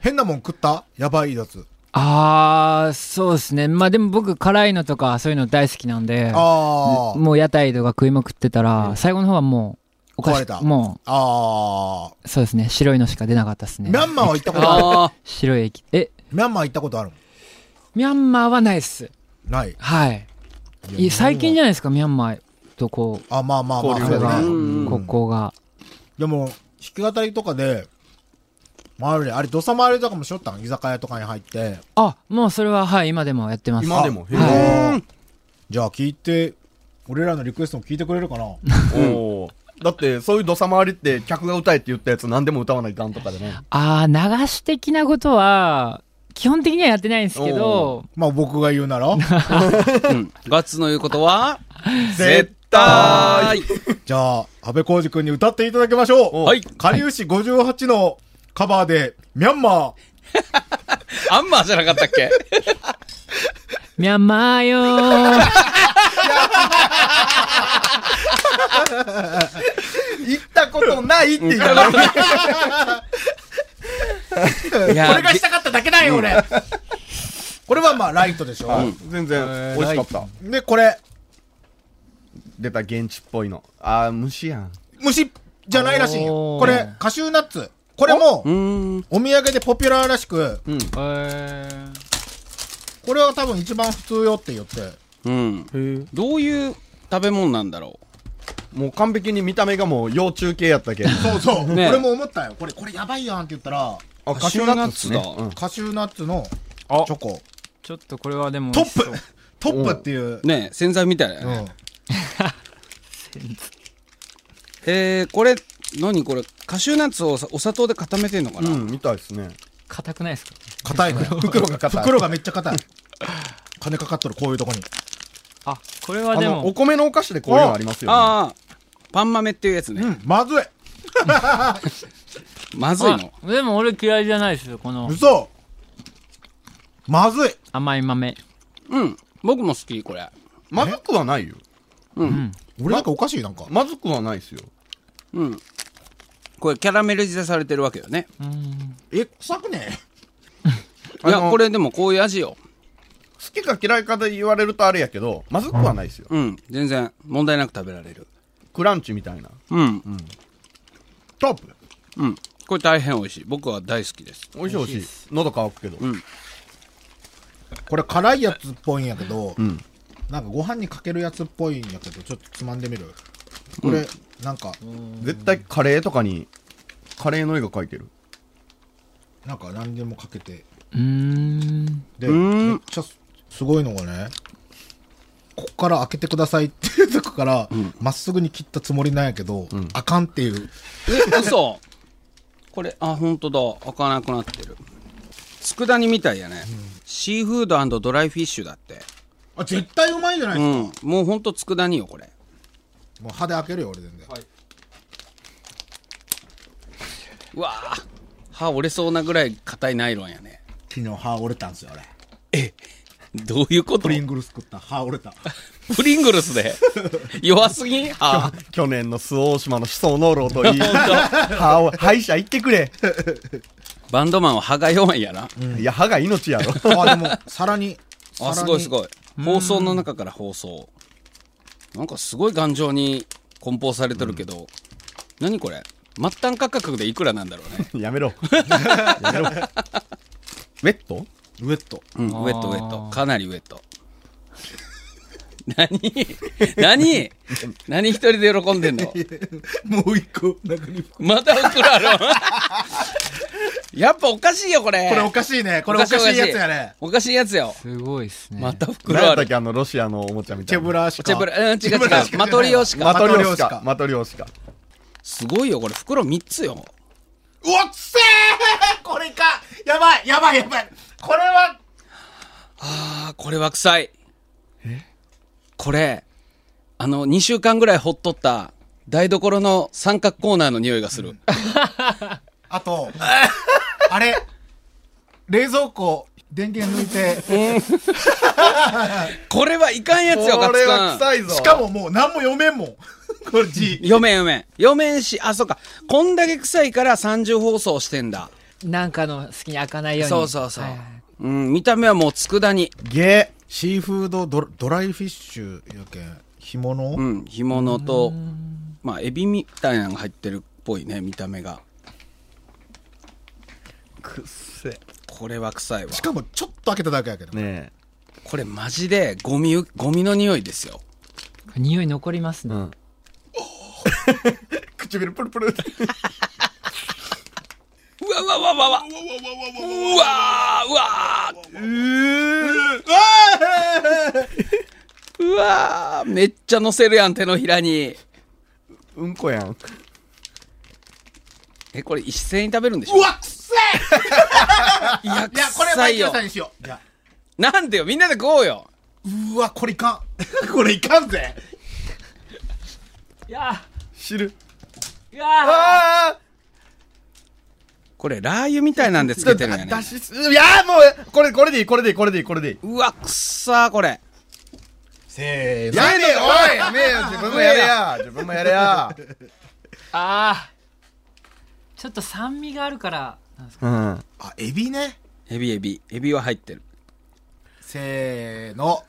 [SPEAKER 2] 変なもん食ったやばいやつ。
[SPEAKER 5] あー、そうですね。まあでも僕、辛いのとか、そういうの大好きなんで、
[SPEAKER 2] あー。
[SPEAKER 5] もう屋台とか食いまくってたら、最後の方はもう、お菓子
[SPEAKER 2] 壊れた
[SPEAKER 5] も
[SPEAKER 2] あ
[SPEAKER 5] う、そうですね。白いのしか出なかったです
[SPEAKER 2] ー。
[SPEAKER 5] ね
[SPEAKER 2] ミ。ャンマーは行ったことある
[SPEAKER 4] ああ
[SPEAKER 5] 白い液。え、
[SPEAKER 2] ミャンマー行ったことある
[SPEAKER 5] ミャンマーはないっす。
[SPEAKER 2] ない。
[SPEAKER 5] はい。い最近じゃないですか、ミャンマーとこう、
[SPEAKER 2] あ、まあまあまあ、
[SPEAKER 3] 交流が
[SPEAKER 2] そう
[SPEAKER 3] ね
[SPEAKER 2] ね
[SPEAKER 4] うん
[SPEAKER 5] 国交が。
[SPEAKER 2] でも、弾き語りとかで、周りで、あれ、土佐回りとかもしょったん居酒屋とかに入って。
[SPEAKER 5] あ、もうそれは、はい、今でもやってます。
[SPEAKER 3] 今でも。へ
[SPEAKER 5] はい
[SPEAKER 3] ー
[SPEAKER 2] じゃあ聞いて、俺らのリクエストも聞いてくれるかな
[SPEAKER 3] おーだって、そういう土佐回りって、客が歌えって言ったやつ何でも歌わないかんとかでね。
[SPEAKER 5] あー、流し的なことは、基本的にはやってないんですけど、
[SPEAKER 2] まあ僕が言うなら。
[SPEAKER 4] うんガッツの言うことは
[SPEAKER 3] 絶
[SPEAKER 4] 対
[SPEAKER 2] じゃあ、安倍浩二君に歌っていただきましょう。
[SPEAKER 4] はい
[SPEAKER 2] かりゆし58のカバーで、ミャンマー。
[SPEAKER 4] アンマーじゃなかったっけ
[SPEAKER 5] ミャンマーよー。
[SPEAKER 3] 行ったことないって言ったのに
[SPEAKER 4] いや
[SPEAKER 2] 俺がしたかっただけだよ、俺。これはまあ、ライトでしょ。
[SPEAKER 3] 全然、美味しかった。
[SPEAKER 2] で、これ、
[SPEAKER 3] 出た現地っぽいの。あー、虫やん。
[SPEAKER 2] 虫じゃないらしいよ。
[SPEAKER 5] おー
[SPEAKER 2] これ、カシューナッツ。これも
[SPEAKER 4] う、ーん
[SPEAKER 2] お土産でポピュラーらしく、これは多分一番普通よって言って。
[SPEAKER 4] うんどういう食べ物なんだろ
[SPEAKER 3] もう完璧に見た目がもう幼虫系やったけん。
[SPEAKER 2] そうそう。
[SPEAKER 4] ねえ
[SPEAKER 2] 俺も思ったよ。これ、これやばいやんって言ったら、
[SPEAKER 3] あ
[SPEAKER 4] カシューナッツだ
[SPEAKER 3] カシューナッツね
[SPEAKER 2] カシューナッツの
[SPEAKER 3] あ
[SPEAKER 2] チョコ。
[SPEAKER 5] ちょっとこれはでも
[SPEAKER 2] トップトップっていう
[SPEAKER 4] う。ねえ洗剤みたいな、
[SPEAKER 2] う
[SPEAKER 4] ね
[SPEAKER 2] ん。
[SPEAKER 4] えー、これ何これカシューナッツをおお砂糖で固めてんのかな、
[SPEAKER 3] うん、みたいですね。
[SPEAKER 5] 硬くないですか
[SPEAKER 2] 硬いね。 袋が硬い。袋がめっちゃ硬い。金かかっとる、こういうとこに。
[SPEAKER 5] あこれ
[SPEAKER 3] あ
[SPEAKER 5] はで
[SPEAKER 3] の、お
[SPEAKER 5] も
[SPEAKER 3] 米のお菓子でこういうのありますよね。
[SPEAKER 4] ああパン豆っていうやつね、
[SPEAKER 2] まずい
[SPEAKER 4] まずいの
[SPEAKER 5] あでも俺嫌いじゃないですよこの
[SPEAKER 2] 嘘まずい
[SPEAKER 5] 甘い豆
[SPEAKER 4] うん僕も好きこれ
[SPEAKER 3] まずくはないよ。
[SPEAKER 4] うん
[SPEAKER 2] 俺なんかおかしいなんか。
[SPEAKER 3] まずくはないですよ。
[SPEAKER 4] うんこれキャラメル仕されてるわけよね。
[SPEAKER 2] え、臭くね
[SPEAKER 4] いや、
[SPEAKER 3] あの
[SPEAKER 4] これでもこういう味よ。
[SPEAKER 3] 好きか嫌いかで言われるとあれやけど、まずくはないですよ。
[SPEAKER 4] うん。全然問題なく食べられる。
[SPEAKER 3] クランチみたいな。
[SPEAKER 4] うん。
[SPEAKER 3] トップ
[SPEAKER 4] うん。これ大変美味しい。僕は大好きです。
[SPEAKER 3] 美味しい美味しい。喉乾くけど。
[SPEAKER 2] これ辛いやつっぽいんやけど、なんかご飯にかけるやつっぽいんやけど、ちょっとつまんでみる。これ、なんか、
[SPEAKER 3] 絶対カレーとかに、カレーの絵が描いてる。
[SPEAKER 2] なんか何でもかけて。
[SPEAKER 5] うーん。
[SPEAKER 2] で、
[SPEAKER 4] ん
[SPEAKER 2] めっちゃすすごいのがね、こっから開けてくださいっていうとこから、まっすぐに切ったつもりなんやけど、あかんっていう。
[SPEAKER 4] え、嘘これ、あ、本当だ。開かなくなってる。佃煮みたいやね。シーフードドライフィッシュだって。
[SPEAKER 2] あ、絶対うまいじゃな
[SPEAKER 4] う
[SPEAKER 2] いです
[SPEAKER 4] ん。もうほんと佃煮よ、これ。
[SPEAKER 2] か。もう歯で開けるよ、俺全然。
[SPEAKER 4] うわぁ。歯折れそうなぐらい硬いナイロンやね。
[SPEAKER 2] 昨日歯折れたんですよ、俺。
[SPEAKER 4] どういうこと
[SPEAKER 2] プ
[SPEAKER 4] プ
[SPEAKER 2] リ
[SPEAKER 4] リ
[SPEAKER 2] ングルス食った、歯折れた。
[SPEAKER 4] ングルスで。弱すぎん歯。
[SPEAKER 3] 去年の周防島の思想能労といい、歯を、歯医者行ってくれ。
[SPEAKER 4] バンドマンは歯が弱いんやな。
[SPEAKER 3] いや、歯が命やろ。
[SPEAKER 2] あ、でも、さらに、
[SPEAKER 4] あ、
[SPEAKER 2] さ
[SPEAKER 4] す
[SPEAKER 2] ら
[SPEAKER 4] ごい
[SPEAKER 2] に
[SPEAKER 4] すごい。放送の中から放送。なんかすごい頑丈に梱包されてるけど、何これ末端価格でいくらなんだろうね。
[SPEAKER 3] やめろ。やめろ。ウェット
[SPEAKER 2] ウェット。
[SPEAKER 4] うん、ウ
[SPEAKER 5] あー
[SPEAKER 4] ェットウェット。かなりウェット。 何 何何一人で喜んでんの
[SPEAKER 2] もう一個、中に。こ
[SPEAKER 4] また送られる やっぱおかしいよ、これ。
[SPEAKER 2] れおかしいね。これおかしいやつやね。
[SPEAKER 4] おかしいやつよ。
[SPEAKER 5] すごいっすね。
[SPEAKER 4] また袋
[SPEAKER 3] 何や
[SPEAKER 4] あ
[SPEAKER 3] ったっ
[SPEAKER 4] る。
[SPEAKER 3] けあの、ロシアのおもちゃみた
[SPEAKER 2] チ
[SPEAKER 3] い
[SPEAKER 2] ェ
[SPEAKER 3] な。
[SPEAKER 2] ブラシカ。
[SPEAKER 4] チェブラ、うん、違う
[SPEAKER 2] チェブラ
[SPEAKER 4] 違う。マトリオシ
[SPEAKER 3] マ
[SPEAKER 4] カ。
[SPEAKER 3] トリオ
[SPEAKER 2] マトリオ
[SPEAKER 3] シ
[SPEAKER 2] シカ
[SPEAKER 3] カ。マトリオシカ。
[SPEAKER 4] すごいよ、これ。袋3つよ。
[SPEAKER 2] うわっせーこれかやばいやばいやばいこれは
[SPEAKER 4] あこれは臭い。これ、あの、2週間ぐらいほっとった、台所の三角コーナーの匂いがする。
[SPEAKER 2] あ と、あれ、冷蔵庫、電源抜い て、
[SPEAKER 4] これはいかんやつよ、
[SPEAKER 3] こ
[SPEAKER 4] ガ
[SPEAKER 3] れ
[SPEAKER 4] ツ
[SPEAKER 3] は
[SPEAKER 4] くん。
[SPEAKER 3] 臭いぞ。
[SPEAKER 2] しかももう何も読めん もん。これ字。
[SPEAKER 4] 読めん読めん。読めんし、あ、そうか。こんだけ臭いから30放送してんだ。
[SPEAKER 5] なんかの好きに開かないように。
[SPEAKER 4] そうそうそう
[SPEAKER 5] はいはい。
[SPEAKER 4] うん、見た目はもう佃煮。
[SPEAKER 2] ゲシーフードドドライフィッシュやけん、干物、
[SPEAKER 4] うん、干物と、まあ、エビみたいなのが入ってるっぽいね、見た目が。
[SPEAKER 3] くっせ。
[SPEAKER 4] これは臭いわ
[SPEAKER 2] し。かもちょっと開けただけやけど。
[SPEAKER 3] ね
[SPEAKER 4] これマジでゴミう、ゴミの匂いですよ。
[SPEAKER 5] 匂い残ります
[SPEAKER 3] え。
[SPEAKER 5] ね。
[SPEAKER 3] ん。 唇プルプル。
[SPEAKER 4] うわうわうわうわうわうわうわうわめっちゃ乗せるやん手のひらに
[SPEAKER 3] うんこやん。
[SPEAKER 4] えこれ一斉に食べるんでしょう
[SPEAKER 2] わっせー
[SPEAKER 4] いや
[SPEAKER 2] いや、これ
[SPEAKER 4] 臭
[SPEAKER 2] マイケ
[SPEAKER 4] い
[SPEAKER 2] ル
[SPEAKER 4] よ
[SPEAKER 2] さんにしよう。いや
[SPEAKER 4] なんでよみんなで食おうよ
[SPEAKER 2] うーわ、これいかん。 これいかんぜ。
[SPEAKER 5] いや
[SPEAKER 3] 汁。
[SPEAKER 5] ーいや
[SPEAKER 3] ああ
[SPEAKER 4] これラー油みたいなんでつけてるんやね
[SPEAKER 3] だしす、いやーもう、これ、これでいい、これでいい、これでいい、これでいい。
[SPEAKER 4] うわくっさーこれ
[SPEAKER 2] せーの。
[SPEAKER 3] やめよ、おいやめよ、自分もやれや自分もやれや
[SPEAKER 5] ーあーちょっと酸味があるから、なんです か
[SPEAKER 3] うん。
[SPEAKER 2] あ、エビね。
[SPEAKER 4] エビエビエビは入ってる
[SPEAKER 2] せーの。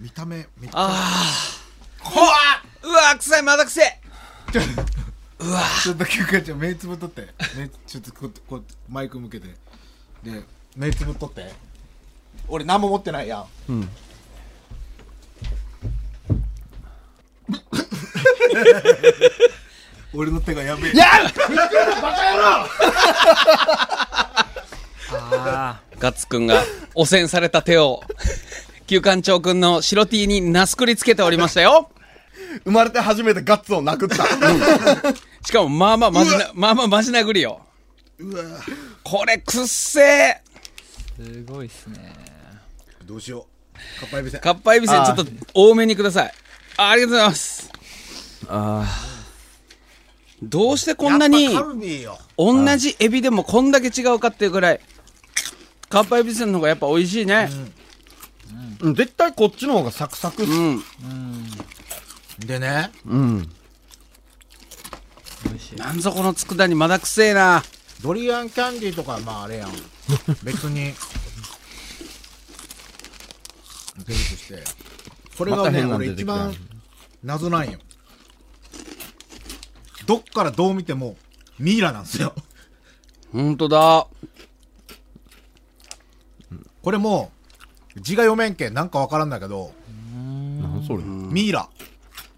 [SPEAKER 2] 見た目、見た
[SPEAKER 4] うわ臭いまだ臭い
[SPEAKER 2] ちょっと休暇ちゃん目つぶっとって、目ちょっとこうこうマイク向けてで目つぶっとって俺何も持ってないやん 俺の手がやべえ
[SPEAKER 5] あ
[SPEAKER 4] ガッツくんが汚染された手を旧館長くんの白 T になすくりつけておりましたよ
[SPEAKER 3] 生まれて初めてガッツをなく った。
[SPEAKER 4] しかもまあまあまじなまあまあまじ殴りよ
[SPEAKER 2] うわ
[SPEAKER 4] これくっせえ
[SPEAKER 5] ーすごいっすね。
[SPEAKER 2] どうしよう。かっぱえびせん。
[SPEAKER 4] かっぱえびせんちょっと多めにくださいあありがとうございます
[SPEAKER 6] あ
[SPEAKER 4] どうしてこんなに
[SPEAKER 2] やっぱカルビーよ。
[SPEAKER 4] 同じエビでもこんだけ違うかっていうぐらいかっぱえびせんの方がやっぱ美味しいね
[SPEAKER 3] うん絶対こっちの方がサクサクっす
[SPEAKER 4] うん、
[SPEAKER 2] でね、
[SPEAKER 3] うん。
[SPEAKER 4] なんぞこの佃煮まだくせえな
[SPEAKER 2] ドリアンキャンディーとかまああれ やん。別に。受けるとして。これ
[SPEAKER 3] ま
[SPEAKER 2] が
[SPEAKER 3] た
[SPEAKER 2] ね、
[SPEAKER 3] 変なの
[SPEAKER 2] 俺
[SPEAKER 3] 出て
[SPEAKER 2] 一
[SPEAKER 3] きた
[SPEAKER 2] 番謎なんよ。どっからどう見てもミイラなんですよ。
[SPEAKER 4] ほんとだ
[SPEAKER 2] これもう字が読めんけんなんかわからんだけど、
[SPEAKER 3] なんそれ。
[SPEAKER 2] ミイラ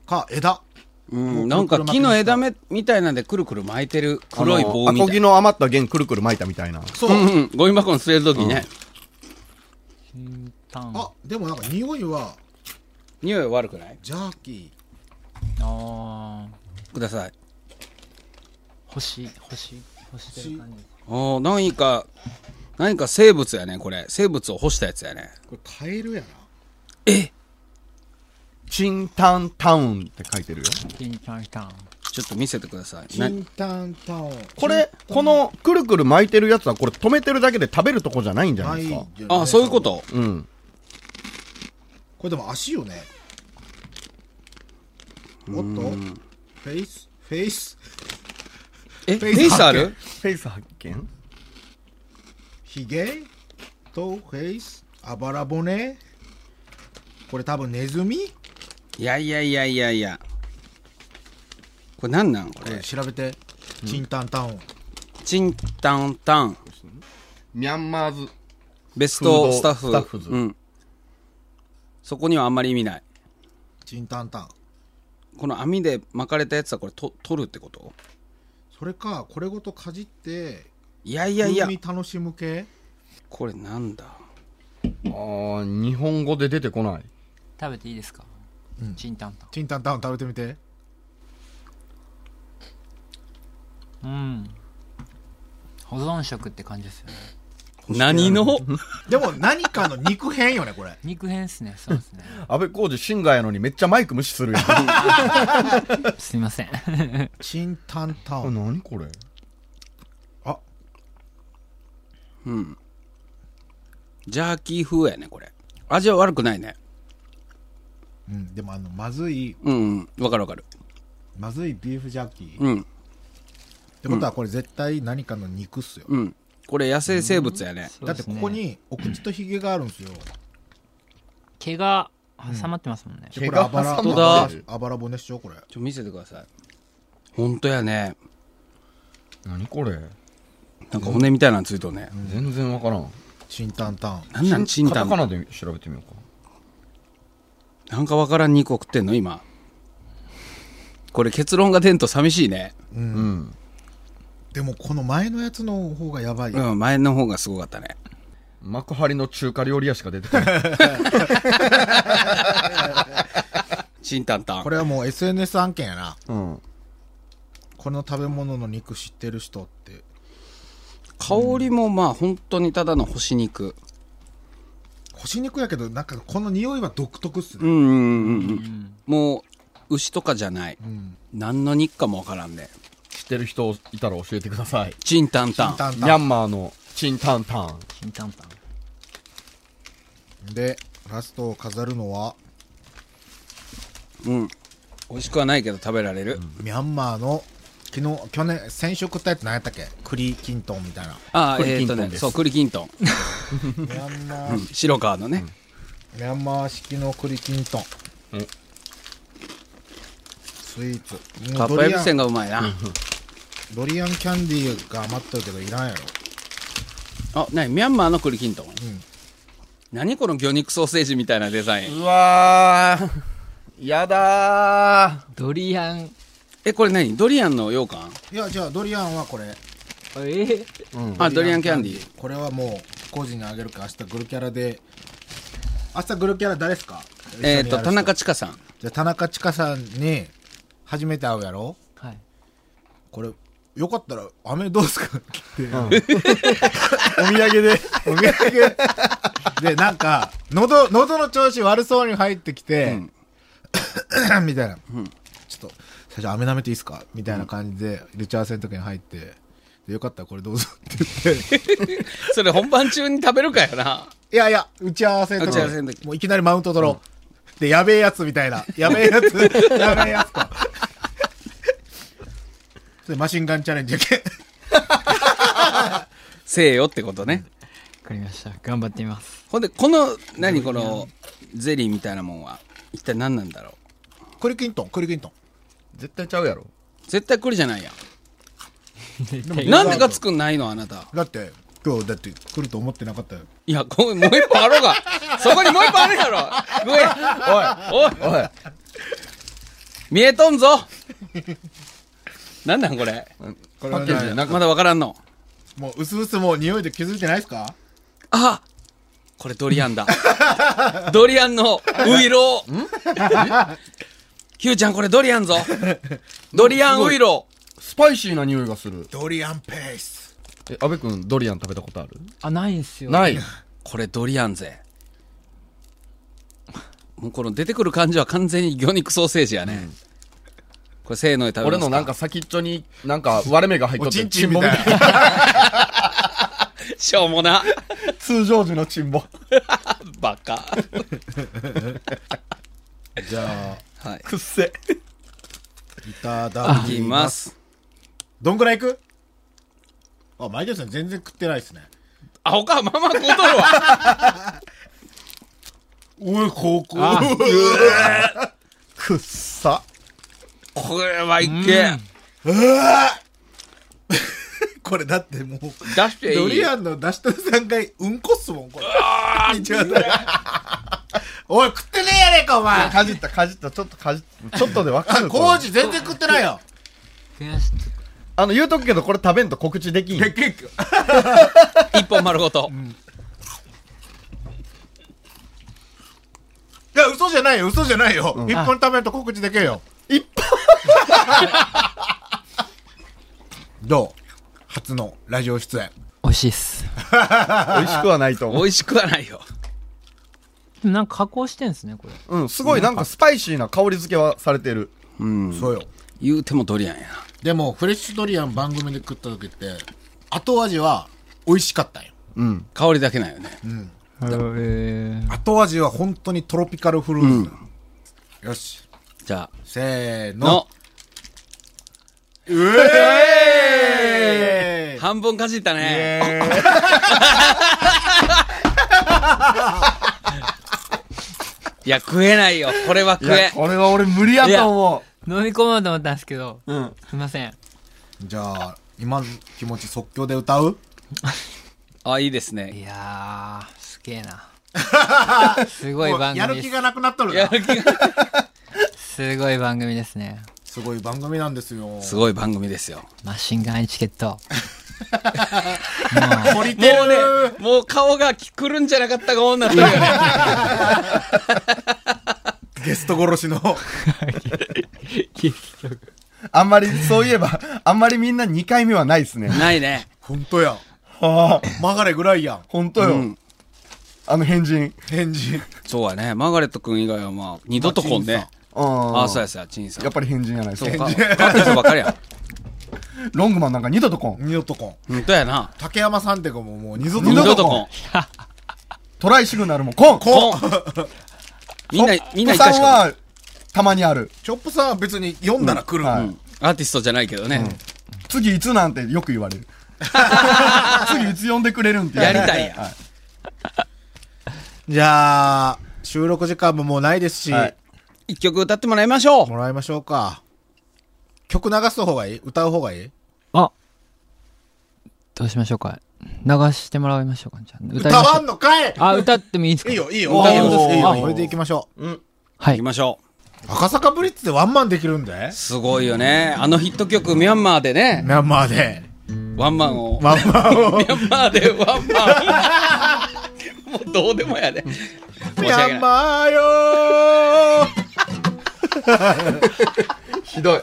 [SPEAKER 2] か枝。
[SPEAKER 4] うんなんか木の枝めみたいなんでくるくる巻いてる黒い棒
[SPEAKER 3] あの
[SPEAKER 4] み
[SPEAKER 3] アコ
[SPEAKER 4] たい
[SPEAKER 3] ギの余った弦くるくる巻いたみたいな。
[SPEAKER 2] そう。
[SPEAKER 4] うんうんゴミ箱の捨てる時ね、
[SPEAKER 5] タン。
[SPEAKER 2] あ
[SPEAKER 5] あ、
[SPEAKER 2] でもなんか匂いは
[SPEAKER 4] 匂いは悪くない
[SPEAKER 2] ジャーキ
[SPEAKER 5] あー。
[SPEAKER 4] ください
[SPEAKER 5] 星、星、星出る感じ。
[SPEAKER 4] ああ何か何か生物やねこれ生物を干したやつやね
[SPEAKER 2] ー。これカエルやな。
[SPEAKER 4] え
[SPEAKER 3] チンタンタウンって書いてるよ。
[SPEAKER 5] ピンタンタン。
[SPEAKER 4] ちょっと見せてください
[SPEAKER 2] チ
[SPEAKER 4] な
[SPEAKER 2] ンタンタオン。
[SPEAKER 3] これ、このくるくる巻いてるやつはこれ止めてるだけで食べるとこじゃないんじゃな
[SPEAKER 2] ないい
[SPEAKER 3] ですか。
[SPEAKER 2] じゃない
[SPEAKER 4] あそういうこと
[SPEAKER 3] うん。
[SPEAKER 2] これでも足よね。おっとフェイスフェイス
[SPEAKER 4] え
[SPEAKER 2] フ
[SPEAKER 4] フ
[SPEAKER 2] ェ
[SPEAKER 4] ェ
[SPEAKER 2] イス
[SPEAKER 4] イスある
[SPEAKER 3] フェイス発見
[SPEAKER 2] ヒゲとフェイスあばら骨これ多分ネズミ
[SPEAKER 4] いやいやいやいやいやこれ何なんこ
[SPEAKER 2] これ
[SPEAKER 4] れ
[SPEAKER 2] 調べて。チンタンタオン。
[SPEAKER 4] チンタンタン
[SPEAKER 3] ミャンマーズ。
[SPEAKER 4] ベストスタッフ
[SPEAKER 3] フードスタッフズ
[SPEAKER 4] うん、そこにはあんまり意味ない
[SPEAKER 2] チンタンタン。
[SPEAKER 4] この網で巻かれたやつはこれと取るってこと
[SPEAKER 2] それか、これごとかじって、
[SPEAKER 4] いやいやい
[SPEAKER 2] 風
[SPEAKER 4] や
[SPEAKER 2] 味楽しむ系
[SPEAKER 4] これなんだ
[SPEAKER 3] あー、日本語で出てこない。
[SPEAKER 5] 食べていいですか
[SPEAKER 2] うん
[SPEAKER 5] チンタンタ
[SPEAKER 2] チンタンタウン食べてみて。
[SPEAKER 5] ン。うん。保存食って感じですよね。
[SPEAKER 4] 何の
[SPEAKER 2] でも何かの肉片よね、これ。
[SPEAKER 5] 肉片っすね。そうです ね。
[SPEAKER 3] 安倍浩二シンガーやのにめっちゃマイク無視するやん。
[SPEAKER 5] すいません。
[SPEAKER 2] チンタンタ
[SPEAKER 3] あ
[SPEAKER 2] ウン。
[SPEAKER 3] 何これ
[SPEAKER 2] あ、
[SPEAKER 4] うんジャーキー風やねこれ味は悪くないね
[SPEAKER 2] うん、でもあの、まずい、
[SPEAKER 4] うんうんわかるわかる
[SPEAKER 2] まずいビーフジャーキー。っ
[SPEAKER 4] うん
[SPEAKER 2] てことはこれ絶対何かの肉っすよ。
[SPEAKER 4] うんこれ野生生物やね
[SPEAKER 2] だってここにお口とヒゲがあるんですよ。
[SPEAKER 5] 毛が挟まってますもんね。
[SPEAKER 2] でこれあばら
[SPEAKER 3] 毛が挟
[SPEAKER 4] まだ
[SPEAKER 2] あばらあばら骨っしょこれ。
[SPEAKER 4] ちょ見せてくださいほんとやね
[SPEAKER 3] 何これ
[SPEAKER 4] なんか骨みたいなのついとんね
[SPEAKER 3] 全然わからん
[SPEAKER 2] チンタンタン。
[SPEAKER 4] なんなんチンタ
[SPEAKER 3] カタカ
[SPEAKER 4] ン
[SPEAKER 3] ナで調べてみようか
[SPEAKER 4] なんかわからん肉を食ってんの今これ結論が出んと寂しいね
[SPEAKER 3] うん
[SPEAKER 2] でもこの前のやつの方がやばい。
[SPEAKER 4] うん前の方がすごかったね
[SPEAKER 3] 幕張の中華料理屋しか出てこない
[SPEAKER 4] チンタンタン
[SPEAKER 2] これはもう SNS 案件やな。
[SPEAKER 3] うん
[SPEAKER 2] この食べ物の肉知ってる人って。
[SPEAKER 4] 香りもまあ本当にただの干し肉
[SPEAKER 2] 干し肉やけど、なんかこの匂いは独特っす
[SPEAKER 4] う
[SPEAKER 2] ね。
[SPEAKER 4] んうんうんうんもう牛とかじゃない
[SPEAKER 2] うん。
[SPEAKER 4] 何の肉かもわからんで、ね、
[SPEAKER 3] 知ってる人いたら教えてください
[SPEAKER 4] チンタンタ
[SPEAKER 2] チ
[SPEAKER 4] ン
[SPEAKER 2] ンタン
[SPEAKER 3] ミ
[SPEAKER 2] タ
[SPEAKER 3] ャ
[SPEAKER 2] ン。
[SPEAKER 3] ンマーのチンタンタン
[SPEAKER 5] チンタンタン。
[SPEAKER 2] で、ラストを飾るのは、
[SPEAKER 4] うん美味しくはないけど食べられる、
[SPEAKER 2] ミャンマーの、昨日、去年、先食ったやつ何やったっけ栗きんとんみた いな。
[SPEAKER 4] ああ
[SPEAKER 3] 栗
[SPEAKER 4] え
[SPEAKER 3] き
[SPEAKER 4] っ、
[SPEAKER 3] んと
[SPEAKER 4] と
[SPEAKER 3] ん
[SPEAKER 4] ね
[SPEAKER 3] です
[SPEAKER 4] そう栗きんとん、
[SPEAKER 2] ミャンマ
[SPEAKER 4] う
[SPEAKER 2] ー、
[SPEAKER 4] ん
[SPEAKER 2] ミ
[SPEAKER 4] 白川のね、
[SPEAKER 2] ャンマー式の栗きんとん。
[SPEAKER 3] うん
[SPEAKER 2] スイーツ。
[SPEAKER 4] カッ
[SPEAKER 2] ド
[SPEAKER 4] パエ
[SPEAKER 2] リ
[SPEAKER 4] ビ
[SPEAKER 2] ア
[SPEAKER 4] せん
[SPEAKER 2] ン、
[SPEAKER 4] がうまいな、
[SPEAKER 2] ドリアンキャンディーが余っとるけどいらんやろ。
[SPEAKER 4] あなにミャンマーの栗きんとん、
[SPEAKER 2] ん
[SPEAKER 4] 何この魚肉ソーセージみたいなデザイン
[SPEAKER 3] うわーやだー
[SPEAKER 5] ドリアン。
[SPEAKER 4] えこれ何ドリアンの羊羹
[SPEAKER 2] いや、じゃあドリアンはこれ。
[SPEAKER 5] えー
[SPEAKER 4] あドリアンキャンディー
[SPEAKER 2] これはもう個人にあげるか明日グルキャラで明日グルキャラ誰ですか
[SPEAKER 4] えっ、と田中
[SPEAKER 2] じ
[SPEAKER 4] 千佳さん
[SPEAKER 2] ゃあ田中千佳さんに初めて会うやろ
[SPEAKER 5] はい。
[SPEAKER 2] これよかったら、飴どうすかって来て、
[SPEAKER 3] お土産で。
[SPEAKER 2] お土産。で、なんか、喉、喉の調子悪そうに入ってきて、 みたいな。ちょっと、最初飴舐めていいですかみたいな感じで、打ち合わせの時に入って、でよかったらこれどうぞって 言って、
[SPEAKER 4] それ本番中に食べるかよな。
[SPEAKER 2] いやいや、打ち合わせの
[SPEAKER 4] 打
[SPEAKER 2] 時
[SPEAKER 4] ち合わせの時
[SPEAKER 2] もういきなりマウント取ろう。で、やべえやつみたいな。やべえ やつ、やべえやつか。それマシンガンチャレンジだけ。
[SPEAKER 4] せえよってことね。
[SPEAKER 5] わかりました。頑張ってみます。
[SPEAKER 4] ほんで、この、何この、ゼリーみたいなもんは、一体何なんだろう。
[SPEAKER 2] クリキントン、クリキントン。
[SPEAKER 6] 絶対ちゃうやろ。
[SPEAKER 4] 絶対栗じゃないや
[SPEAKER 2] でも
[SPEAKER 4] ん。なんでガッツくんないのあなた。
[SPEAKER 2] だって、今日だって来ると思ってなかったよ。
[SPEAKER 4] いや、こうもう一本あろう が。そこにもう一本あるやろ。ごめん。おい、おい、
[SPEAKER 6] おい、
[SPEAKER 4] 見えとんぞ。なんなんこれ。
[SPEAKER 2] これ
[SPEAKER 6] パ
[SPEAKER 2] は
[SPEAKER 6] ッ
[SPEAKER 2] ね
[SPEAKER 6] ケージでなんか
[SPEAKER 4] まだわからんの。
[SPEAKER 2] もう、うすうすもう匂いで気づいてないですか
[SPEAKER 4] あこれドリアンだ。 ドリアンのウイロー。キューちゃんこれドリアンぞ。ドリアンウイロー。
[SPEAKER 6] スパイシーな匂いがする。
[SPEAKER 2] ドリアンペース。
[SPEAKER 6] え、安部くん、ドリアン食べたことある
[SPEAKER 5] あ、ないんすよ。
[SPEAKER 6] ない。
[SPEAKER 4] これドリアンぜ。もうこの出てくる感じは完全に魚肉ソーセージやね。これせーので食べます
[SPEAKER 6] 俺のなんか先っちょに、なんか割れ目が入っと
[SPEAKER 2] お
[SPEAKER 6] って
[SPEAKER 2] ち
[SPEAKER 6] る
[SPEAKER 2] んちんみたいな。
[SPEAKER 4] しょうもな。
[SPEAKER 6] 通常時のチンボ。
[SPEAKER 4] バカ。
[SPEAKER 2] じゃ
[SPEAKER 4] はい。
[SPEAKER 6] くっせ。
[SPEAKER 2] あ、いただ
[SPEAKER 4] いき
[SPEAKER 2] き
[SPEAKER 4] ま
[SPEAKER 2] ます。
[SPEAKER 4] す。
[SPEAKER 2] どんくらいいくあ、マイケルさん全然食ってないですね。
[SPEAKER 4] あ、ほか、まあまあ食うとるわ。
[SPEAKER 2] おい、高校。
[SPEAKER 6] くっさ。
[SPEAKER 4] これはいけ。
[SPEAKER 2] これだってもう、
[SPEAKER 4] 出していい。
[SPEAKER 2] ドリアンの出しとる3回、うんこっすもん、これ。一応だおい、食ってねえやねえか、お前。
[SPEAKER 6] かじった、かじった、ちょっとかじった、ちょっとでわか
[SPEAKER 2] あ、
[SPEAKER 6] る。
[SPEAKER 2] コージ全然食ってないよ。
[SPEAKER 5] 悔しい
[SPEAKER 6] あの、言うとくけど、これ食べんと告知で きん。
[SPEAKER 4] 一本丸ごと。
[SPEAKER 2] いや、嘘じゃないよ、嘘じゃないよ。一本食べると告知できるよ。
[SPEAKER 6] 一本
[SPEAKER 2] どう初のラジオ出演。
[SPEAKER 5] 美味しいっす。
[SPEAKER 6] 美味しくはないと
[SPEAKER 4] 美
[SPEAKER 6] 思う。
[SPEAKER 4] 味しくはないよ。
[SPEAKER 5] でもなんか加工してんすね、これ。
[SPEAKER 6] うん、すごいなんかスパイシーな香り付けはされてる。
[SPEAKER 4] うん。
[SPEAKER 2] そうよ。
[SPEAKER 4] 言うてもドリアンや。
[SPEAKER 2] でも、フレッシュドリアン番組で食った時って、後味は美味しかったんよ。
[SPEAKER 6] うん。
[SPEAKER 4] 香りだけなんよね。
[SPEAKER 5] えー、
[SPEAKER 2] 後味は本当にトロピカルフルーツ、よし。
[SPEAKER 4] じゃあ、
[SPEAKER 2] せーの
[SPEAKER 4] の。、
[SPEAKER 2] え
[SPEAKER 4] 半分かじったね。いや、食えないよ。これ
[SPEAKER 6] い
[SPEAKER 4] は食え
[SPEAKER 6] や、。これは俺無理やと思
[SPEAKER 5] 飲み込もうと思ったんですけど、
[SPEAKER 6] う。うん。
[SPEAKER 5] すいません。
[SPEAKER 2] じゃあ、今の気持ち即興で歌う
[SPEAKER 4] あ、いいですね
[SPEAKER 5] い。やー、すげ えな。すごい番
[SPEAKER 2] や
[SPEAKER 5] 組
[SPEAKER 2] る
[SPEAKER 5] で
[SPEAKER 2] 気
[SPEAKER 5] す。
[SPEAKER 2] がなくなっとる
[SPEAKER 4] や
[SPEAKER 2] な。
[SPEAKER 4] る気が。
[SPEAKER 5] すごい番組ですね。
[SPEAKER 2] すごい番組なんですよ。
[SPEAKER 4] すごい番組ですよ。
[SPEAKER 5] マシンガンエチケット。
[SPEAKER 2] ポリテ
[SPEAKER 4] もうね
[SPEAKER 2] ル、
[SPEAKER 4] もう顔がくるんじゃなかった顔になってるよね。
[SPEAKER 2] ゲスト殺しの。
[SPEAKER 6] あんまり、そういえば、あんまりみんな2回目はないですね。
[SPEAKER 4] ないね。
[SPEAKER 2] 本当や。
[SPEAKER 6] はあ、
[SPEAKER 2] マガレぐらいやん。
[SPEAKER 6] ほんとよ。
[SPEAKER 4] うん
[SPEAKER 6] あの変人。
[SPEAKER 2] 返事。
[SPEAKER 4] そうやね。マーガレット君以外はまあ、二度とこんね。
[SPEAKER 6] あ
[SPEAKER 4] あ、そうやそうや、チンさん。
[SPEAKER 6] やっぱり変人やないです
[SPEAKER 4] そう
[SPEAKER 6] か。
[SPEAKER 4] か。カットばっかりやん。
[SPEAKER 6] ロングマンなんか二度とこん。
[SPEAKER 2] 二度とこん。
[SPEAKER 4] 本当やな。
[SPEAKER 2] 竹山さんって子ももう二度とこ
[SPEAKER 6] 二
[SPEAKER 4] 二
[SPEAKER 2] ん
[SPEAKER 4] 度
[SPEAKER 6] 度
[SPEAKER 4] と
[SPEAKER 6] と
[SPEAKER 4] こ
[SPEAKER 6] こ
[SPEAKER 4] ん
[SPEAKER 6] ん。トライシグナルもこんこん
[SPEAKER 4] こん。みんな、みんな一回し
[SPEAKER 6] さん
[SPEAKER 4] か。
[SPEAKER 6] は、たまにある。
[SPEAKER 2] チョップさんは別に読んだら来る。
[SPEAKER 6] うんは
[SPEAKER 4] う
[SPEAKER 6] い
[SPEAKER 4] んアーティストじゃないけどね。
[SPEAKER 6] 次いつなんてよく言われる。 次いつ呼んでくれるんって言われる。
[SPEAKER 4] やりたいやん
[SPEAKER 6] は
[SPEAKER 2] じゃあ、収録時間ももうないですし、
[SPEAKER 6] はい
[SPEAKER 4] 一曲歌ってもらいましょう。
[SPEAKER 2] もらいましょうか。曲流す方がいい歌う方がいい
[SPEAKER 5] あどうしましょうか。流してもらいましょうか。じゃあ歌い
[SPEAKER 2] 歌
[SPEAKER 5] ましょ
[SPEAKER 2] わ
[SPEAKER 5] うん
[SPEAKER 2] のかい
[SPEAKER 5] あ、歌ってもいいですか
[SPEAKER 2] いいよ、いい
[SPEAKER 6] おー
[SPEAKER 2] よ、歌いますいいよ。
[SPEAKER 6] あ
[SPEAKER 2] これで行きましょう。
[SPEAKER 5] は
[SPEAKER 4] 行き
[SPEAKER 5] い。
[SPEAKER 4] ましょう。
[SPEAKER 2] 赤坂ブリッツでワンマンできるんで、
[SPEAKER 4] すごいよね。あのヒット曲、ミャンマーでね
[SPEAKER 2] ミ、ャンマーで。
[SPEAKER 4] ワンマンを。
[SPEAKER 2] ワンマンを。
[SPEAKER 4] ミャンマーでワンマン。 もうどうでもやで。申
[SPEAKER 2] ミ
[SPEAKER 4] し訳
[SPEAKER 2] ャン
[SPEAKER 4] ない。
[SPEAKER 2] マーよー
[SPEAKER 6] ひどい。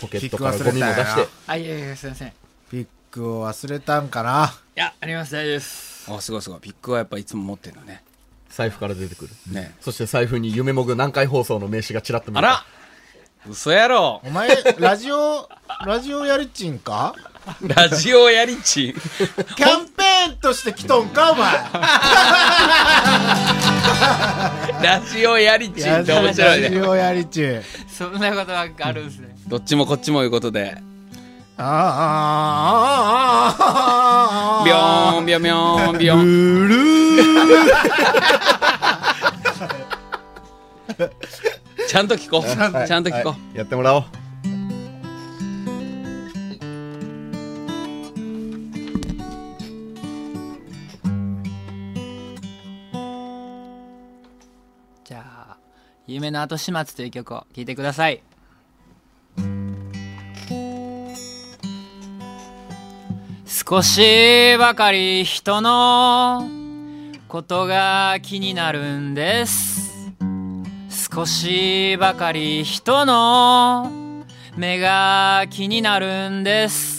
[SPEAKER 7] ポケットからゴミも出して。
[SPEAKER 5] あ、いやいや、すいません。い
[SPEAKER 2] ピックを忘れたんかな
[SPEAKER 5] や、あります、大丈夫です。
[SPEAKER 4] あすごいすごいピックはやっぱいつも持ってるのね
[SPEAKER 7] 財布から出てくる。
[SPEAKER 4] ね
[SPEAKER 7] そして財布に夢もぐ南海放送の名刺がちらっと見
[SPEAKER 4] あ
[SPEAKER 7] えた
[SPEAKER 4] ら嘘やろ
[SPEAKER 2] お前、ラジオ、 ラジオやりちんか
[SPEAKER 4] ラジオやりちん
[SPEAKER 2] キャンペーンとして来とんかお前
[SPEAKER 4] ラジオやりちんって面白い
[SPEAKER 2] ラジ
[SPEAKER 4] ね
[SPEAKER 2] オやりちん。
[SPEAKER 5] そんなことがあるんですね。
[SPEAKER 4] どっちもこっちもいうことで
[SPEAKER 2] ああ、ああ、ああ、ああ、
[SPEAKER 4] ビョーンビョンビョンビョンちゃんと聞こうちゃんと聞こう
[SPEAKER 7] やってもらおう。
[SPEAKER 5] じゃあ、夢の後始末という曲を聴いてください。少しばかり人のことが気になるんです。少しばかり人の目が気になるんです。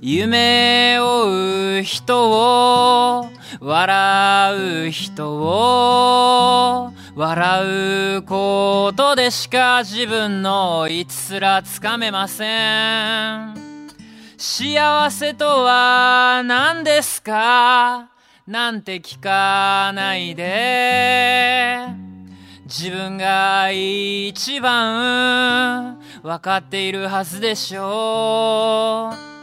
[SPEAKER 5] 夢を追う人を笑う人を笑うことでしか自分のいつすらつかめません幸せとは何ですかなんて聞かないで自分が一番分かっているはずでしょう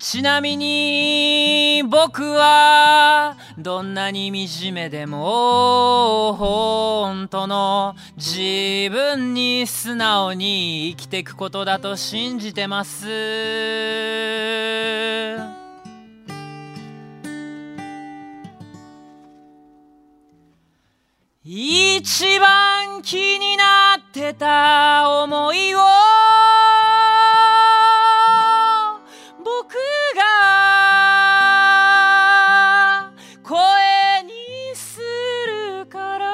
[SPEAKER 5] ちなみに僕はどんなに惨めでも本当の自分に素直に生きていくことだと信じてます一番気になってた思いを僕が声にするから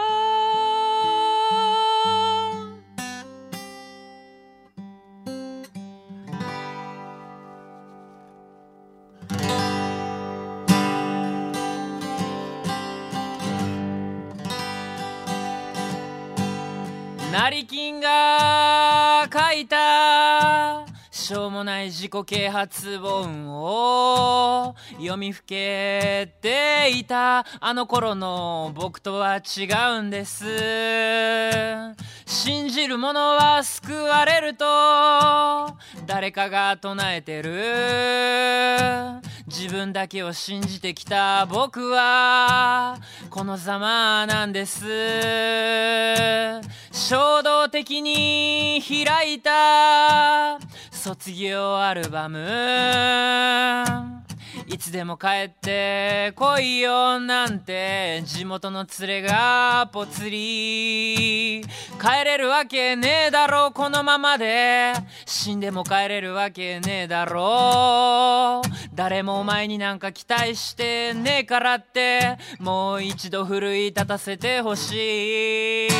[SPEAKER 5] 成金が書いたしょうもない自己啓発本を読みふけていたあの頃の僕とは違うんです信じる者は救われると誰かが唱えてる自分だけを信じてきた僕はこのざまなんです衝動的に開いた卒業アルバムいつでも帰って来いよなんて地元の連れがぽつり帰れるわけねえだろこのままで死んでも帰れるわけねえだろ誰もお前になんか期待してねえからってもう一度奮い立たせてほしい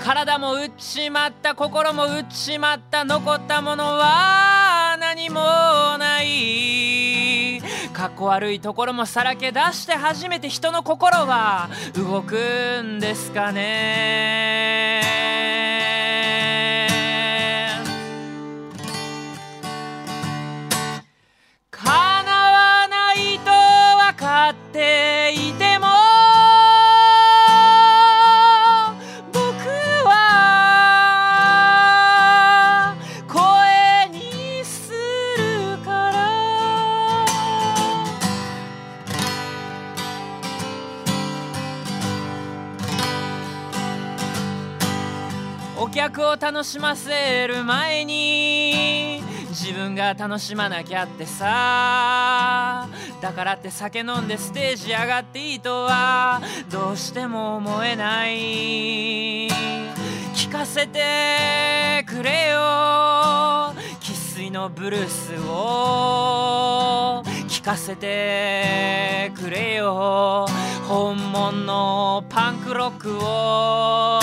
[SPEAKER 5] 体も打っちまった心も打っちまった残ったものは何もないかっこ悪いところもさらけ出して初めて人の心は動くんですかね叶わないと分かっていても僕は声にするからお客を楽しませる前に自分が楽しまなきゃってさだからって酒飲んでステージ上がっていいとはどうしても思えない聞かせてくれよ生粋のブルースを聞かせてくれよ本物のパンクロックを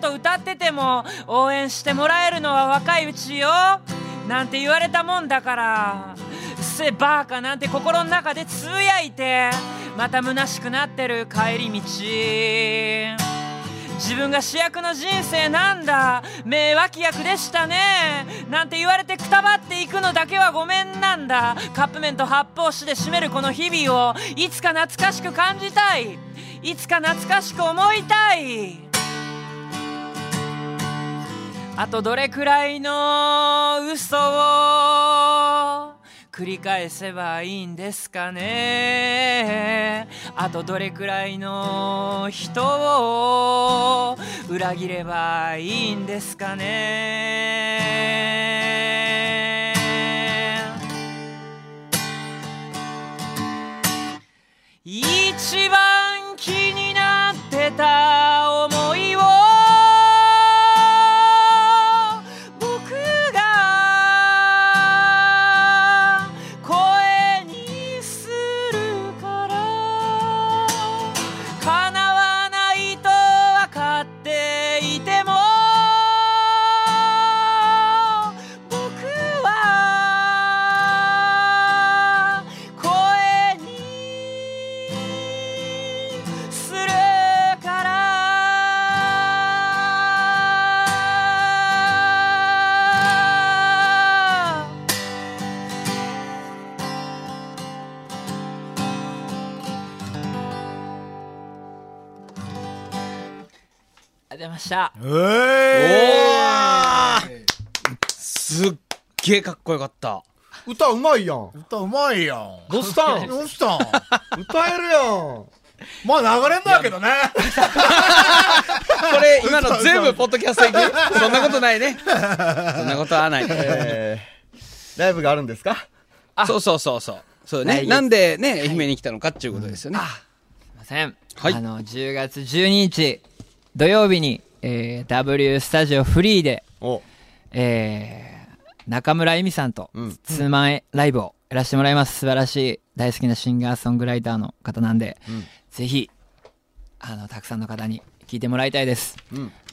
[SPEAKER 5] と歌ってても応援してもらえるのは若いうちよなんて言われたもんだから「うっせえバーカ」なんて心の中でつぶやいてまた虚しくなってる帰り道自分が主役の人生なんだ名脇役でしたねなんて言われてくたばっていくのだけはごめんなんだカップ麺と発泡酒で締めるこの日々をいつか懐かしく感じたいいつか懐かしく思いたいあとどれくらいの嘘を繰り返せばいいんですかねあとどれくらいの人を裏切ればいいんですかね一番気になってた思いを僕が声にするから叶わないと分かっていても僕は声にするからあ出ました
[SPEAKER 2] うえーい
[SPEAKER 4] すっげえかっこよかった。
[SPEAKER 7] 歌うまいやん。
[SPEAKER 2] 歌うまいやん。
[SPEAKER 7] どうしたん
[SPEAKER 2] どうしたん
[SPEAKER 7] 歌えるや ん。
[SPEAKER 2] まあ流れんだけどね。
[SPEAKER 4] これ、今の全部ポッドキャスト行くそんなことないね。そんなことはない。
[SPEAKER 7] えー、ライブがあるんですか
[SPEAKER 4] そうそうそうそう。そうね。なんでね、愛媛に来たのかっていうことですよね。
[SPEAKER 5] すいません、
[SPEAKER 4] はい
[SPEAKER 5] あの10月12日土曜日に、えー W スタジオフリーで、
[SPEAKER 7] お
[SPEAKER 5] えー中村恵美さんと
[SPEAKER 7] うん
[SPEAKER 5] ツーマンライブをやらせてもらいます素晴らしい大好きなシンガーソングライターの方なんで、ぜひあのたくさんの方に聞いてもらいたいです、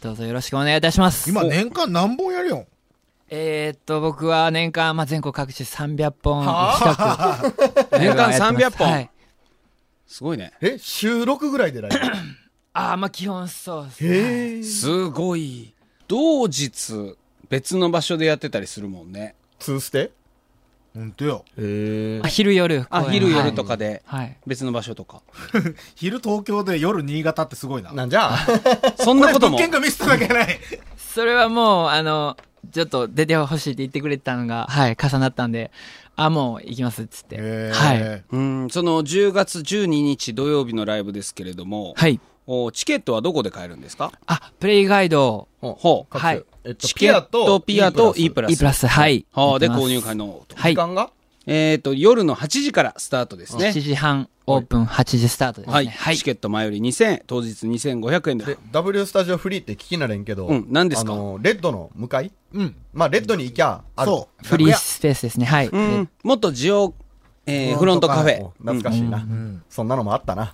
[SPEAKER 5] どうぞよろしくお願いいたします
[SPEAKER 2] 今年間何本やるよん。
[SPEAKER 5] えー、っと僕は年間、まあ、全国各地300本近 く
[SPEAKER 4] 年間300本
[SPEAKER 5] はい
[SPEAKER 4] すごいね。
[SPEAKER 7] え、収録ぐらいでライ
[SPEAKER 5] ああまあ基本そうです
[SPEAKER 7] ブへえ。
[SPEAKER 4] すごい。同日、別の場所でやってたりするもんね。
[SPEAKER 7] 通ステ
[SPEAKER 2] ほんとよ。
[SPEAKER 7] へえ
[SPEAKER 5] あ。昼夜
[SPEAKER 4] あ、
[SPEAKER 5] 公演
[SPEAKER 4] 昼
[SPEAKER 5] はい
[SPEAKER 4] 夜とかで、
[SPEAKER 5] はい
[SPEAKER 4] 別の場所とか。
[SPEAKER 2] 昼東京で夜新潟ってすごいな。
[SPEAKER 7] なんじゃ
[SPEAKER 4] そんなことも
[SPEAKER 2] 物。件が見せただけ ない。
[SPEAKER 5] それはもう、あの、ちょっと出てほしいって言ってくれてたのが、はい、重なったんで、あ、もう行きますっつって。
[SPEAKER 2] えー
[SPEAKER 5] はい。
[SPEAKER 4] うん、その10月12日土曜日のライブですけれども、
[SPEAKER 5] はい。
[SPEAKER 4] おチケットはどこで買えるんですか
[SPEAKER 5] あ、プレイガイド、
[SPEAKER 4] ほう。
[SPEAKER 5] はい。
[SPEAKER 7] えっと、
[SPEAKER 4] チ
[SPEAKER 7] ピ
[SPEAKER 4] ケ
[SPEAKER 7] ア
[SPEAKER 4] ット、
[SPEAKER 7] と、
[SPEAKER 4] ピアと E プラス。
[SPEAKER 5] E プラス、はい。
[SPEAKER 4] はあ、で、
[SPEAKER 5] やってます
[SPEAKER 4] 購入可能と。
[SPEAKER 5] はい
[SPEAKER 7] 時。間が
[SPEAKER 4] えっ、と、夜の8時からスタートですね
[SPEAKER 5] 7。時半、オープン8時スタートですね。
[SPEAKER 4] はい。チケット前より2000円、当日2500円で
[SPEAKER 7] で、W スタジオフリーって聞きなれんけど、
[SPEAKER 4] うん何ですか
[SPEAKER 7] あの、レッドの向かい
[SPEAKER 2] うん。
[SPEAKER 7] まあ、レッドに行きゃ、ある。
[SPEAKER 2] そう。
[SPEAKER 5] フリースペースですね、はい。
[SPEAKER 4] うん。元ジオ、えーフロントカフェ
[SPEAKER 7] お。懐かしいな、そんなのもあったな。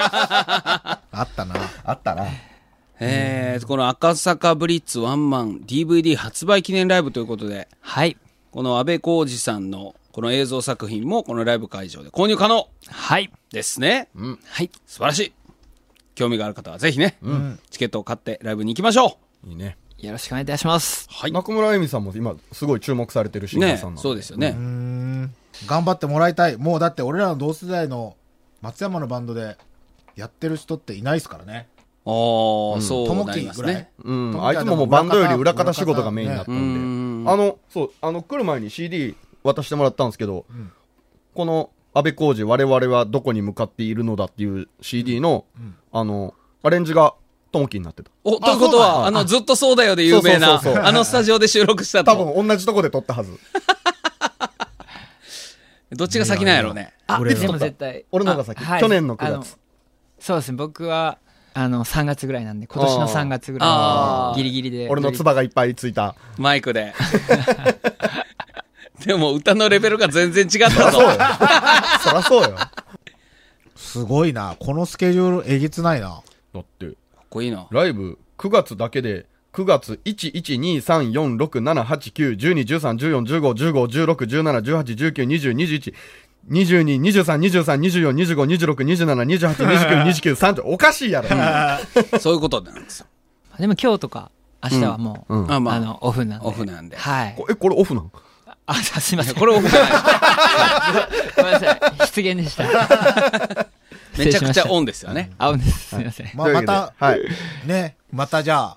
[SPEAKER 2] あったな。
[SPEAKER 7] あったな。
[SPEAKER 4] えーこの赤坂ブリッツワンマン DVD 発売記念ライブということで、
[SPEAKER 5] はい。
[SPEAKER 4] この安倍浩二さんのこの映像作品もこのライブ会場で購入可能
[SPEAKER 5] はい。
[SPEAKER 4] ですね。
[SPEAKER 5] はい。
[SPEAKER 4] 素晴らしい。興味がある方はぜひね、チケットを買ってライブに行きましょ
[SPEAKER 7] いいね。
[SPEAKER 5] よろしくお願いいたします。
[SPEAKER 4] う。はい。
[SPEAKER 7] 中村恵美さんも今、すごい注目されてるシンガー
[SPEAKER 4] ね
[SPEAKER 7] さんなの、
[SPEAKER 4] そうですよね。
[SPEAKER 2] 頑張ってもらいたい。もうだって俺らの同世代の松山のバンドでやってる人っていないですからね。
[SPEAKER 4] ああ、
[SPEAKER 2] と
[SPEAKER 4] そう
[SPEAKER 2] も
[SPEAKER 4] な
[SPEAKER 2] き
[SPEAKER 4] りま
[SPEAKER 2] ぐ
[SPEAKER 4] す
[SPEAKER 2] ら
[SPEAKER 4] ね
[SPEAKER 2] い。。
[SPEAKER 7] うん、あいつももうバンドより裏方仕事がメインだったん
[SPEAKER 4] ね
[SPEAKER 7] で、あの、そう、あの、来る前に CD 渡してもらったんですけど、この、安倍浩二、我々はどこに向かっているのだっていう CD の、あの、アレンジが、トモキになってた。
[SPEAKER 4] お、ということは、あの、ずっとそうだよで有名
[SPEAKER 7] そう
[SPEAKER 4] な
[SPEAKER 7] そうそう、そう
[SPEAKER 4] あのスタジオで収録した
[SPEAKER 7] 多
[SPEAKER 4] と。
[SPEAKER 7] 分同じとこで撮ったはず。
[SPEAKER 4] どっちが先なんやろうね。
[SPEAKER 5] あ、
[SPEAKER 2] 俺
[SPEAKER 5] で
[SPEAKER 2] ら
[SPEAKER 5] も絶対。
[SPEAKER 7] 俺の方が先
[SPEAKER 5] あはい
[SPEAKER 7] 去年の9
[SPEAKER 5] あの
[SPEAKER 7] 月
[SPEAKER 5] そうですね、僕は、あの、3月ぐらいなんで、今年の3月ぐ
[SPEAKER 4] あ
[SPEAKER 5] ら
[SPEAKER 4] ー
[SPEAKER 5] い、ギリギリで。
[SPEAKER 7] 俺の唾がいっぱいつい た。
[SPEAKER 4] マイクで。 でも、歌のレベルが全然違っ
[SPEAKER 7] そ
[SPEAKER 4] た
[SPEAKER 7] らそうよ
[SPEAKER 4] ぞ。。
[SPEAKER 7] そらそうよ。だ
[SPEAKER 2] すごいな。このスケジュールえげつないな。
[SPEAKER 7] って、
[SPEAKER 4] こいいな。
[SPEAKER 7] ライブ、
[SPEAKER 3] 9月だけで、9月1112346789121341516171819202122232324242524262728292930お かしいやろ。
[SPEAKER 4] そういうことなんですよ。
[SPEAKER 5] でも今日とか明日はもう、
[SPEAKER 3] うんうん
[SPEAKER 4] あ
[SPEAKER 5] あ、
[SPEAKER 4] まあ
[SPEAKER 5] の、オフなんで。
[SPEAKER 4] オフなんで
[SPEAKER 5] はい。
[SPEAKER 3] こえ、これオフなん
[SPEAKER 5] あ、すいません。
[SPEAKER 4] これオフじゃない
[SPEAKER 5] ごめんなさい。 失言でした。
[SPEAKER 4] めちゃくちゃオ
[SPEAKER 5] ン。
[SPEAKER 4] ンですよね。
[SPEAKER 5] あ、オンです。すいません。
[SPEAKER 2] まあ、また、
[SPEAKER 3] はい。
[SPEAKER 2] ね、またじゃあ、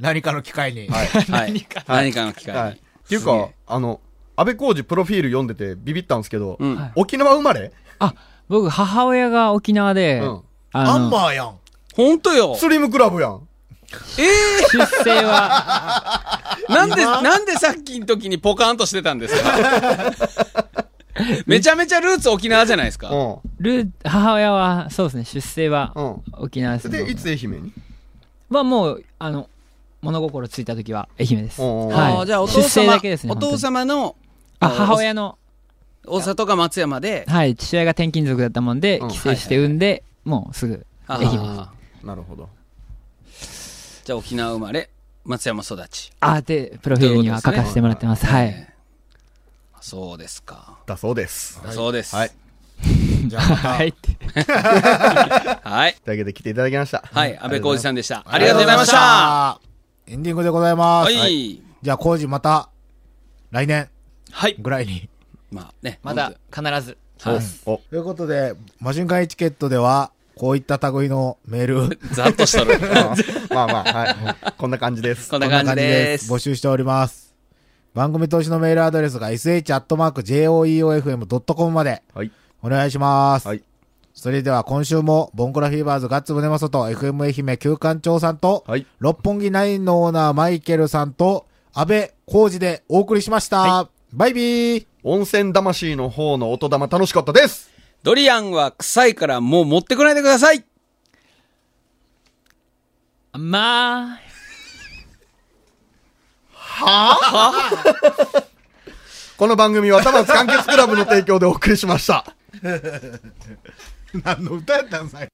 [SPEAKER 2] 何かの機会に。
[SPEAKER 4] はい。何かの機
[SPEAKER 3] は
[SPEAKER 4] 会
[SPEAKER 3] い。っ
[SPEAKER 4] に。
[SPEAKER 3] ていう
[SPEAKER 4] すげ
[SPEAKER 3] か
[SPEAKER 4] え、
[SPEAKER 3] あの、安倍浩二プロフィール読んでてビビったんですけど、
[SPEAKER 4] うん
[SPEAKER 5] はい
[SPEAKER 3] 沖縄生まれ
[SPEAKER 5] あ、僕、母親が沖縄で、
[SPEAKER 3] うん
[SPEAKER 5] あ
[SPEAKER 2] ア
[SPEAKER 5] の
[SPEAKER 2] ンマーやん。
[SPEAKER 4] ほんとよ
[SPEAKER 3] スリムクラブやん。
[SPEAKER 4] ええ
[SPEAKER 5] 出生は、
[SPEAKER 4] なんで、なんでさっきの時にポカーンとしてたんですかめちゃめちゃルーツ沖縄じゃないですか。
[SPEAKER 3] う
[SPEAKER 5] ルー母親は、そうですね、出生は
[SPEAKER 3] ん。うん。
[SPEAKER 5] 沖縄ですね。
[SPEAKER 3] で、いつ愛媛に
[SPEAKER 5] はもう、あの、物心ついた時は愛媛です。
[SPEAKER 3] おー
[SPEAKER 5] は
[SPEAKER 4] あー
[SPEAKER 5] い。
[SPEAKER 4] じゃあお父
[SPEAKER 5] 出生
[SPEAKER 4] 様、
[SPEAKER 5] だけですね。
[SPEAKER 4] お父
[SPEAKER 5] 本当に
[SPEAKER 4] 様の
[SPEAKER 5] あ、母親の、
[SPEAKER 4] 大里が松山で、
[SPEAKER 5] はい、父親が転勤族だったもんで
[SPEAKER 3] うん、
[SPEAKER 5] 帰省して産んで、もうすぐ、
[SPEAKER 4] あ
[SPEAKER 5] 愛媛です。
[SPEAKER 4] ー
[SPEAKER 3] なるほど。
[SPEAKER 4] じゃあ沖縄生まれ、松山育ち。
[SPEAKER 5] あ、で、プロフィールには書かせてもらってます。は
[SPEAKER 4] え
[SPEAKER 5] い。
[SPEAKER 4] ーそうですか。
[SPEAKER 3] だそうです。
[SPEAKER 4] そうです。
[SPEAKER 3] はい
[SPEAKER 2] じゃあまた、
[SPEAKER 5] はいって。
[SPEAKER 4] はい。
[SPEAKER 3] というわけで来ていただきました。
[SPEAKER 4] はい。安倍浩二さんでした。あ
[SPEAKER 2] あ
[SPEAKER 4] りがとうございました。。
[SPEAKER 2] エンディングでございます。
[SPEAKER 4] は
[SPEAKER 2] はい
[SPEAKER 4] い。
[SPEAKER 2] じゃあ、コージまた、来年
[SPEAKER 4] はい。
[SPEAKER 2] ぐらいに。
[SPEAKER 4] まあね。
[SPEAKER 5] まだ、必ず。
[SPEAKER 4] 本当に。
[SPEAKER 3] お、
[SPEAKER 2] ということで、マジンガイチケットでは、こういった類のメールを、
[SPEAKER 4] ざっとしたる。
[SPEAKER 3] まあまあ、はい。こんな感じです。
[SPEAKER 4] こんな感じで
[SPEAKER 2] 募
[SPEAKER 4] す。
[SPEAKER 2] 集しております。番組投資のメールアドレスが sh.joeofm.com まで
[SPEAKER 3] はい。
[SPEAKER 2] お願いします。
[SPEAKER 3] はい。
[SPEAKER 2] それでは今週も、ボンコラフィーバーズガッツムネマソと FM 愛媛旧館長さんと、
[SPEAKER 3] はい。
[SPEAKER 2] 六本木ナインのオーナーマイケルさんと、安倍浩二でお送りしました。バイビー
[SPEAKER 3] 温泉魂の方の音玉楽しかったです
[SPEAKER 4] ドリアンは臭いからもう持ってこないでください。
[SPEAKER 5] まあ、
[SPEAKER 3] この番組は玉津完結クラブの提供でお送りしました。
[SPEAKER 2] 何の歌やったんさい